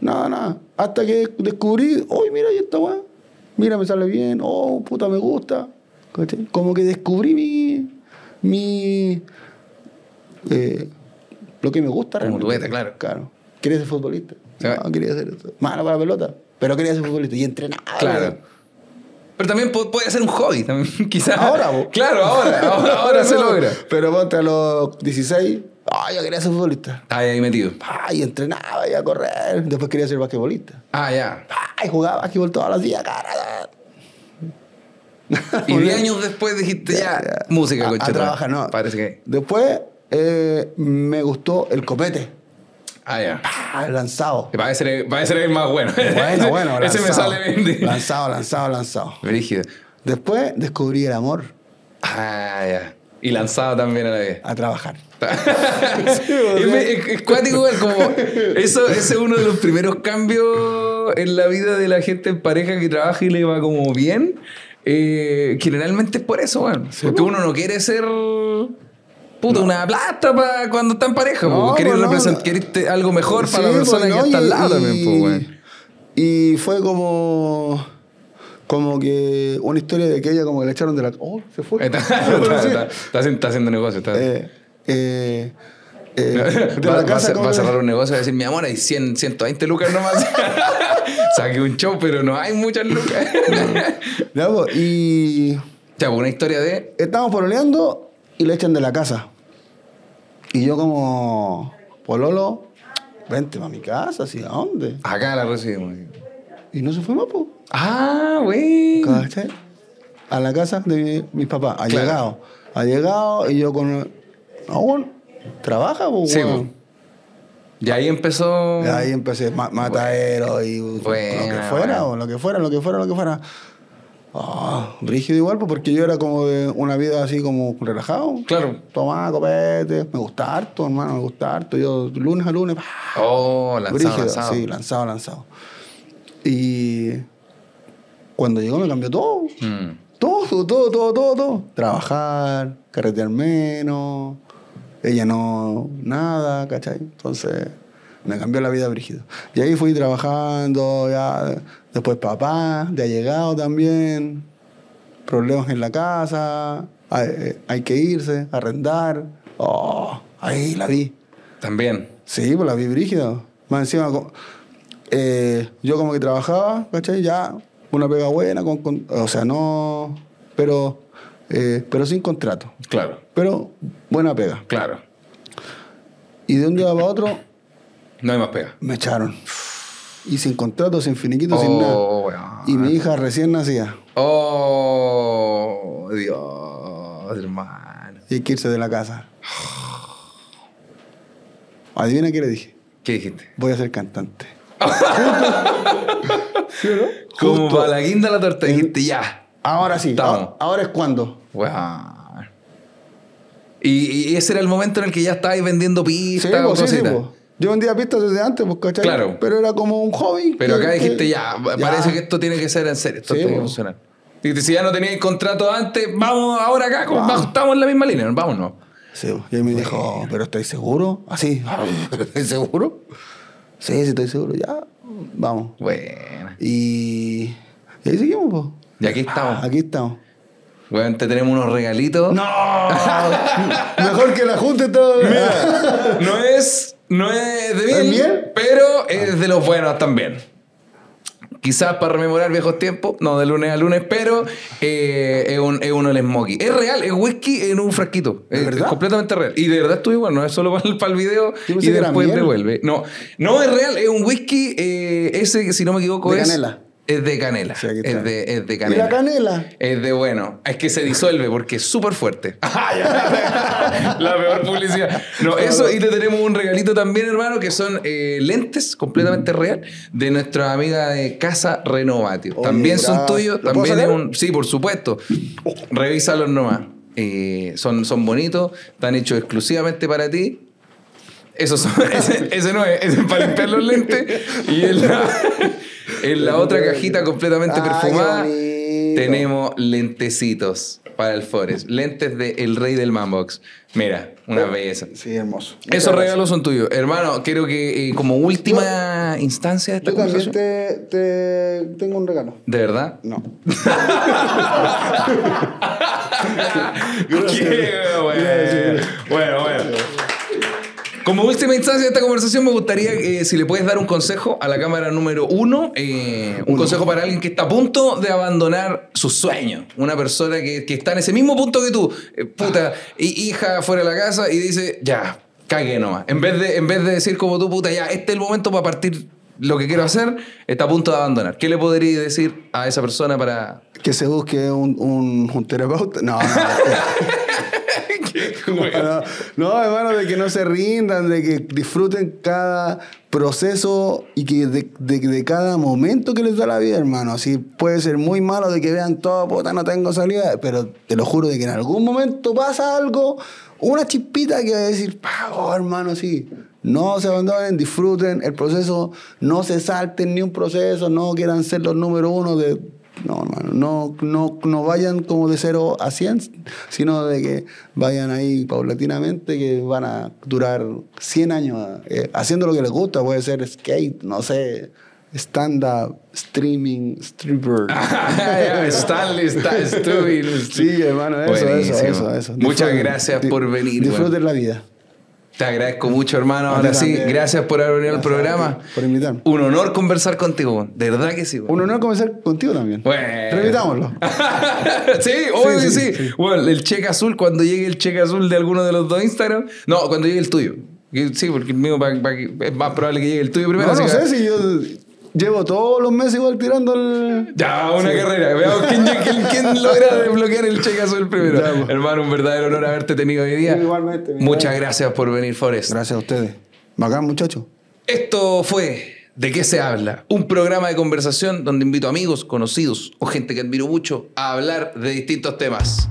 A: Nada, nada. Hasta que descubrí, uy, mira, y esta wea. Mira, me sale bien. Oh, puta, me gusta. ¿Cachai? Como que descubrí mi. mi eh, lo que me gusta
B: Como tu
A: realmente.
B: beta, claro.
A: Claro. Quería ser futbolista.
B: Se va.
A: No, quería ser. Mala para la pelota. pero quería ser futbolista y entrenaba.
B: Claro. Pero también po- puede ser un hobby, también, (laughs) quizás.
A: Ahora, po.
B: Claro, ahora, ahora, ahora
A: (laughs)
B: se
A: No,
B: logra.
A: Pero ponte a los 16, ah, yo quería ser futbolista.
B: Ah, Ahí, ahí metido.
A: Ay, entrenaba, iba a correr. Después quería ser basquetbolista. (laughs)
B: Ah, ya.
A: Ay, jugaba basquetbol todos los días, cara. (laughs)
B: Y 10 años después dijiste ya, música,
A: a,
B: coche.
A: a trabajar, no.
B: Parece que.
A: Después eh, me gustó el copete. (laughs)
B: Ah, ya.
A: Ah,
B: (laughs)
A: lanzado.
B: Que Parece ser, parece ser el más bueno.
A: Bueno, bueno,
B: (laughs) Ese
A: lanzado.
B: me sale bien. de-
A: Lanzado, lanzado, lanzado.
B: Brígido.
A: Después descubrí el amor
B: Ah, ya. Y lanzado también a la vez.
A: a trabajar.
B: (laughs) es, es- es cuático, igual, como. Eso, ese es uno de los primeros cambios en la vida de la gente en pareja que trabaja y le va como bien. Eh, generalmente es por eso, weón. Porque uno no quiere ser. Puta, una plata para cuando está en pareja,
A: No,
B: po. Querés
A: pues no.
B: represent- querés te- algo mejor para
A: Sí,
B: la persona
A: pues,
B: que
A: no,
B: está
A: y-
B: al lado
A: y-
B: también, pues,
A: (laughs)
B: po, weón.
A: Y fue como. Como que una historia de que ella como que la echaron de la... ¡Oh, se fue! (laughs)
B: (laughs) Está,
A: No, pero
B: está-
A: sí.
B: está- está haciendo- está haciendo negocio. Está.
A: Eh, eh,
B: (laughs)
A: eh, (laughs) de la
B: va, va a
A: casa
B: cer-
A: como
B: va a
A: que-
B: cerrar un negocio y va a decir, mi amor, hay 100, 120 lucas nomás. (laughs) Saqué un show, pero no hay muchas lucas. (laughs)
A: (laughs) Ya, po, y
B: o sea, una historia de...
A: estamos pololeando y le echan de la casa. Y yo como... Pololo, vente para mi casa, ¿sí? ¿A dónde?
B: Acá la recibimos.
A: Y no se fue más, pues. po.
B: Ah, güey.
A: ¿Cachai? A la casa de mi- mis papás. Ha
B: Claro.
A: llegado. Ha llegado y yo con... No, bueno, trabaja, po,
B: Sí,
A: weón.
B: po. Y ahí empezó...
A: De ahí empecé ma- matadero y uh,
B: Buena,
A: lo que fuera,
B: buena.
A: o lo que fuera, lo que fuera, lo que fuera. Ah, rígido igual, pues, porque yo era como de una vida así como relajado.
B: Claro.
A: Tomaba copete, me gusta harto, hermano, me gusta harto. Yo lunes a lunes, pa,
B: Oh, lanzado,
A: brígido,
B: lanzado.
A: sí, lanzado, lanzado. Y cuando llegó me cambió todo.
B: Mm.
A: Todo, todo, todo, todo, todo. Trabajar, carretear menos. Ella no, nada, ¿cachai? Entonces, me cambió la vida brígido. Y ahí fui trabajando, ya. Después papá, de allegado también. Problemas en la casa. Hay, eh, hay que irse, arrendar. Oh, ahí la vi.
B: También.
A: Sí, pues la vi brígida. Más encima, co- eh, yo como que trabajaba, ¿cachai? Ya, una pega buena, con, con- o sea, no, pero, eh, pero sin contrato.
B: Claro,
A: Pero buena pega.
B: claro.
A: Y de un día para otro
B: No hay más pega.
A: me echaron. Y sin contrato, sin finiquito, sin nada.
B: Oh,
A: Y
B: weón.
A: mi hija recién nacía.
B: Oh, Dios, hermano.
A: Y hay que irse de la casa. Adivina qué le dije.
B: ¿Qué dijiste?
A: Voy a ser
B: (laughs)
A: cantante.
B: Como
A: Justo.
B: para la guinda de la torta, dijiste ya.
A: Ahora sí.
B: Estamos.
A: ahora- ahora es cuando.
B: Weón. Y, y ese era el momento en el que ya estabais vendiendo
A: Sí,
B: pistas o
A: pues, sí, sí,
B: cositas.
A: pues. Yo vendía pistas desde antes, pues, ¿cachai?
B: Claro.
A: Pero era como un hobby.
B: Pero
A: que-
B: acá
A: que-
B: dijiste ya,
A: ya.
B: parece que esto tiene que ser en serio, esto
A: Sí, pues.
B: tiene que
A: po.
B: funcionar. Dijiste, si ya no teníais contrato antes, vamos ahora acá, como-
A: Vamos.
B: estamos en la misma línea, vámonos.
A: Sí, pues. y ahí me dijo, "Oh, ¿pero estáis seguro? Así. (laughs) ¿Estáis seguro? Sí, sí, estoy seguro. Ya, vamos.
B: Bueno,
A: Y, y ahí seguimos, pues.
B: y aquí estamos.
A: Aquí estamos.
B: Weón, te tenemos unos regalitos.
A: ¡No! (laughs) Mejor que la junta todo.
B: No es, no es de
A: ¿Es
B: miel,
A: miel?
B: pero es de los buenos también. Quizás para rememorar viejos tiempos, no de lunes a lunes, pero eh, es, un, es uno el smokey. Es real, es whisky en un frasquito.
A: ¿De
B: Es,
A: verdad?
B: es completamente real. Y de verdad estuvo igual, no es solo (laughs) para el, para el video
A: Yo pensé
B: y
A: que era
B: después
A: miel.
B: devuelve. No, no es real, es un whisky, eh, ese, si no me equivoco,
A: De
B: es.
A: canela.
B: Es de canela.
A: Sí, aquí está.
B: es, de, es de
A: ¿Y
B: canela.
A: la canela?
B: Es de bueno. Es que se disuelve porque es súper fuerte. (laughs) Ah, la peor publicidad. No, eso. Y te tenemos un regalito también, hermano, que son eh, lentes completamente real de nuestra amiga de Casa Renovatio.
A: Oye,
B: también son
A: gracias.
B: tuyos.
A: ¿Lo puedo
B: También es
A: sacar?
B: un. Sí, por supuesto. Revísalos nomás. Eh, son, son bonitos. Están hechos exclusivamente para ti. Eso son- (laughs) ese, ese no es, ese es para limpiar los lentes. Y en la, (laughs) en la otra cajita completamente
A: Ay, qué
B: perfumada
A: bonito.
B: tenemos lentecitos para el Forest. Lentes de El Rey del Manbox. Mira, una belleza.
A: Sí, hermoso. Muchas
B: Esos
A: gracias.
B: regalos son tuyos. Hermano, quiero que eh, como última instancia de esta
A: Yo también
B: conversación...
A: te, te tengo un regalo.
B: ¿De verdad?
A: (laughs) No.
B: Qué bueno.
A: Gracias.
B: Bueno, bueno. Como última instancia de esta conversación, me gustaría eh, si le puedes dar un consejo a la cámara número uno, eh, un
A: Uno.
B: consejo para alguien que está a punto de abandonar su sueño. Una persona que, que está en ese mismo punto que tú, eh, puta, hi- hija fuera de la casa y dice, ya, cague nomás. En vez, de, en vez de decir como tú, puta, ya, este es el momento para partir lo que quiero hacer, está a punto de abandonar. ¿Qué le podrías decir a esa persona para...
A: Que se busque un, un, un terapeuta. No, no. no, no, hermano, de que no se rindan, de que disfruten cada proceso y que de, de- de cada momento que les da la vida, hermano. Así puede ser muy malo de que vean todo, puta, no tengo salida, pero te lo juro de que en algún momento pasa algo, una chispita que va a decir, pago, hermano, sí. No se abandonen, disfruten el proceso, no se salten ni un proceso, no quieran ser los número uno de no, hermano, no, no, no vayan como de 0 a 100, sino de que vayan ahí paulatinamente, que van a durar 100 años eh, haciendo lo que les gusta. Puede ser skate, no sé, stand-up, streaming,
B: (laughs)
A: stripper.
B: Stanley, Stanley,
A: (laughs) sí, hermano, eso, eso,
B: Buenísimo.
A: eso, eso.
B: Muchas
A: Disfruten,
B: gracias
A: di-
B: por venir.
A: Disfruten
B: weón.
A: la vida.
B: Te agradezco mucho, hermano.
A: A ti
B: Ahora sí,
A: también.
B: gracias por haber venido al
A: Gracias a
B: programa.
A: ti por invitarme.
B: Un honor conversar contigo. weón. De verdad que sí. weón. (laughs)
A: Un honor comenzar contigo también.
B: Bueno.
A: Repitámoslo.
B: sí, obvio
A: Sí,
B: que sí.
A: sí,
B: Bueno, el cheque azul, cuando llegue el cheque azul de alguno de los dos Instagram. No, cuando llegue el tuyo. Que- Sí, porque el mío pa- pa- es más probable que llegue el tuyo (laughs) primero.
A: No, no
B: así que-
A: sé si yo llevo todos los meses igual tirando el.
B: Ya, una carrera. Veamos quién, quién- quién logra desbloquear el cheque azul primero.
A: Ya, pues.
B: Hermano, un verdadero honor haberte tenido hoy día.
A: Igualmente, mi
B: Muchas
A: hermano.
B: gracias por venir, Forrest.
A: Gracias a ustedes. Bacán, muchachos.
B: Esto fue ¿De qué se habla? Un programa de conversación donde invito amigos, conocidos o gente que admiro mucho a hablar de distintos temas.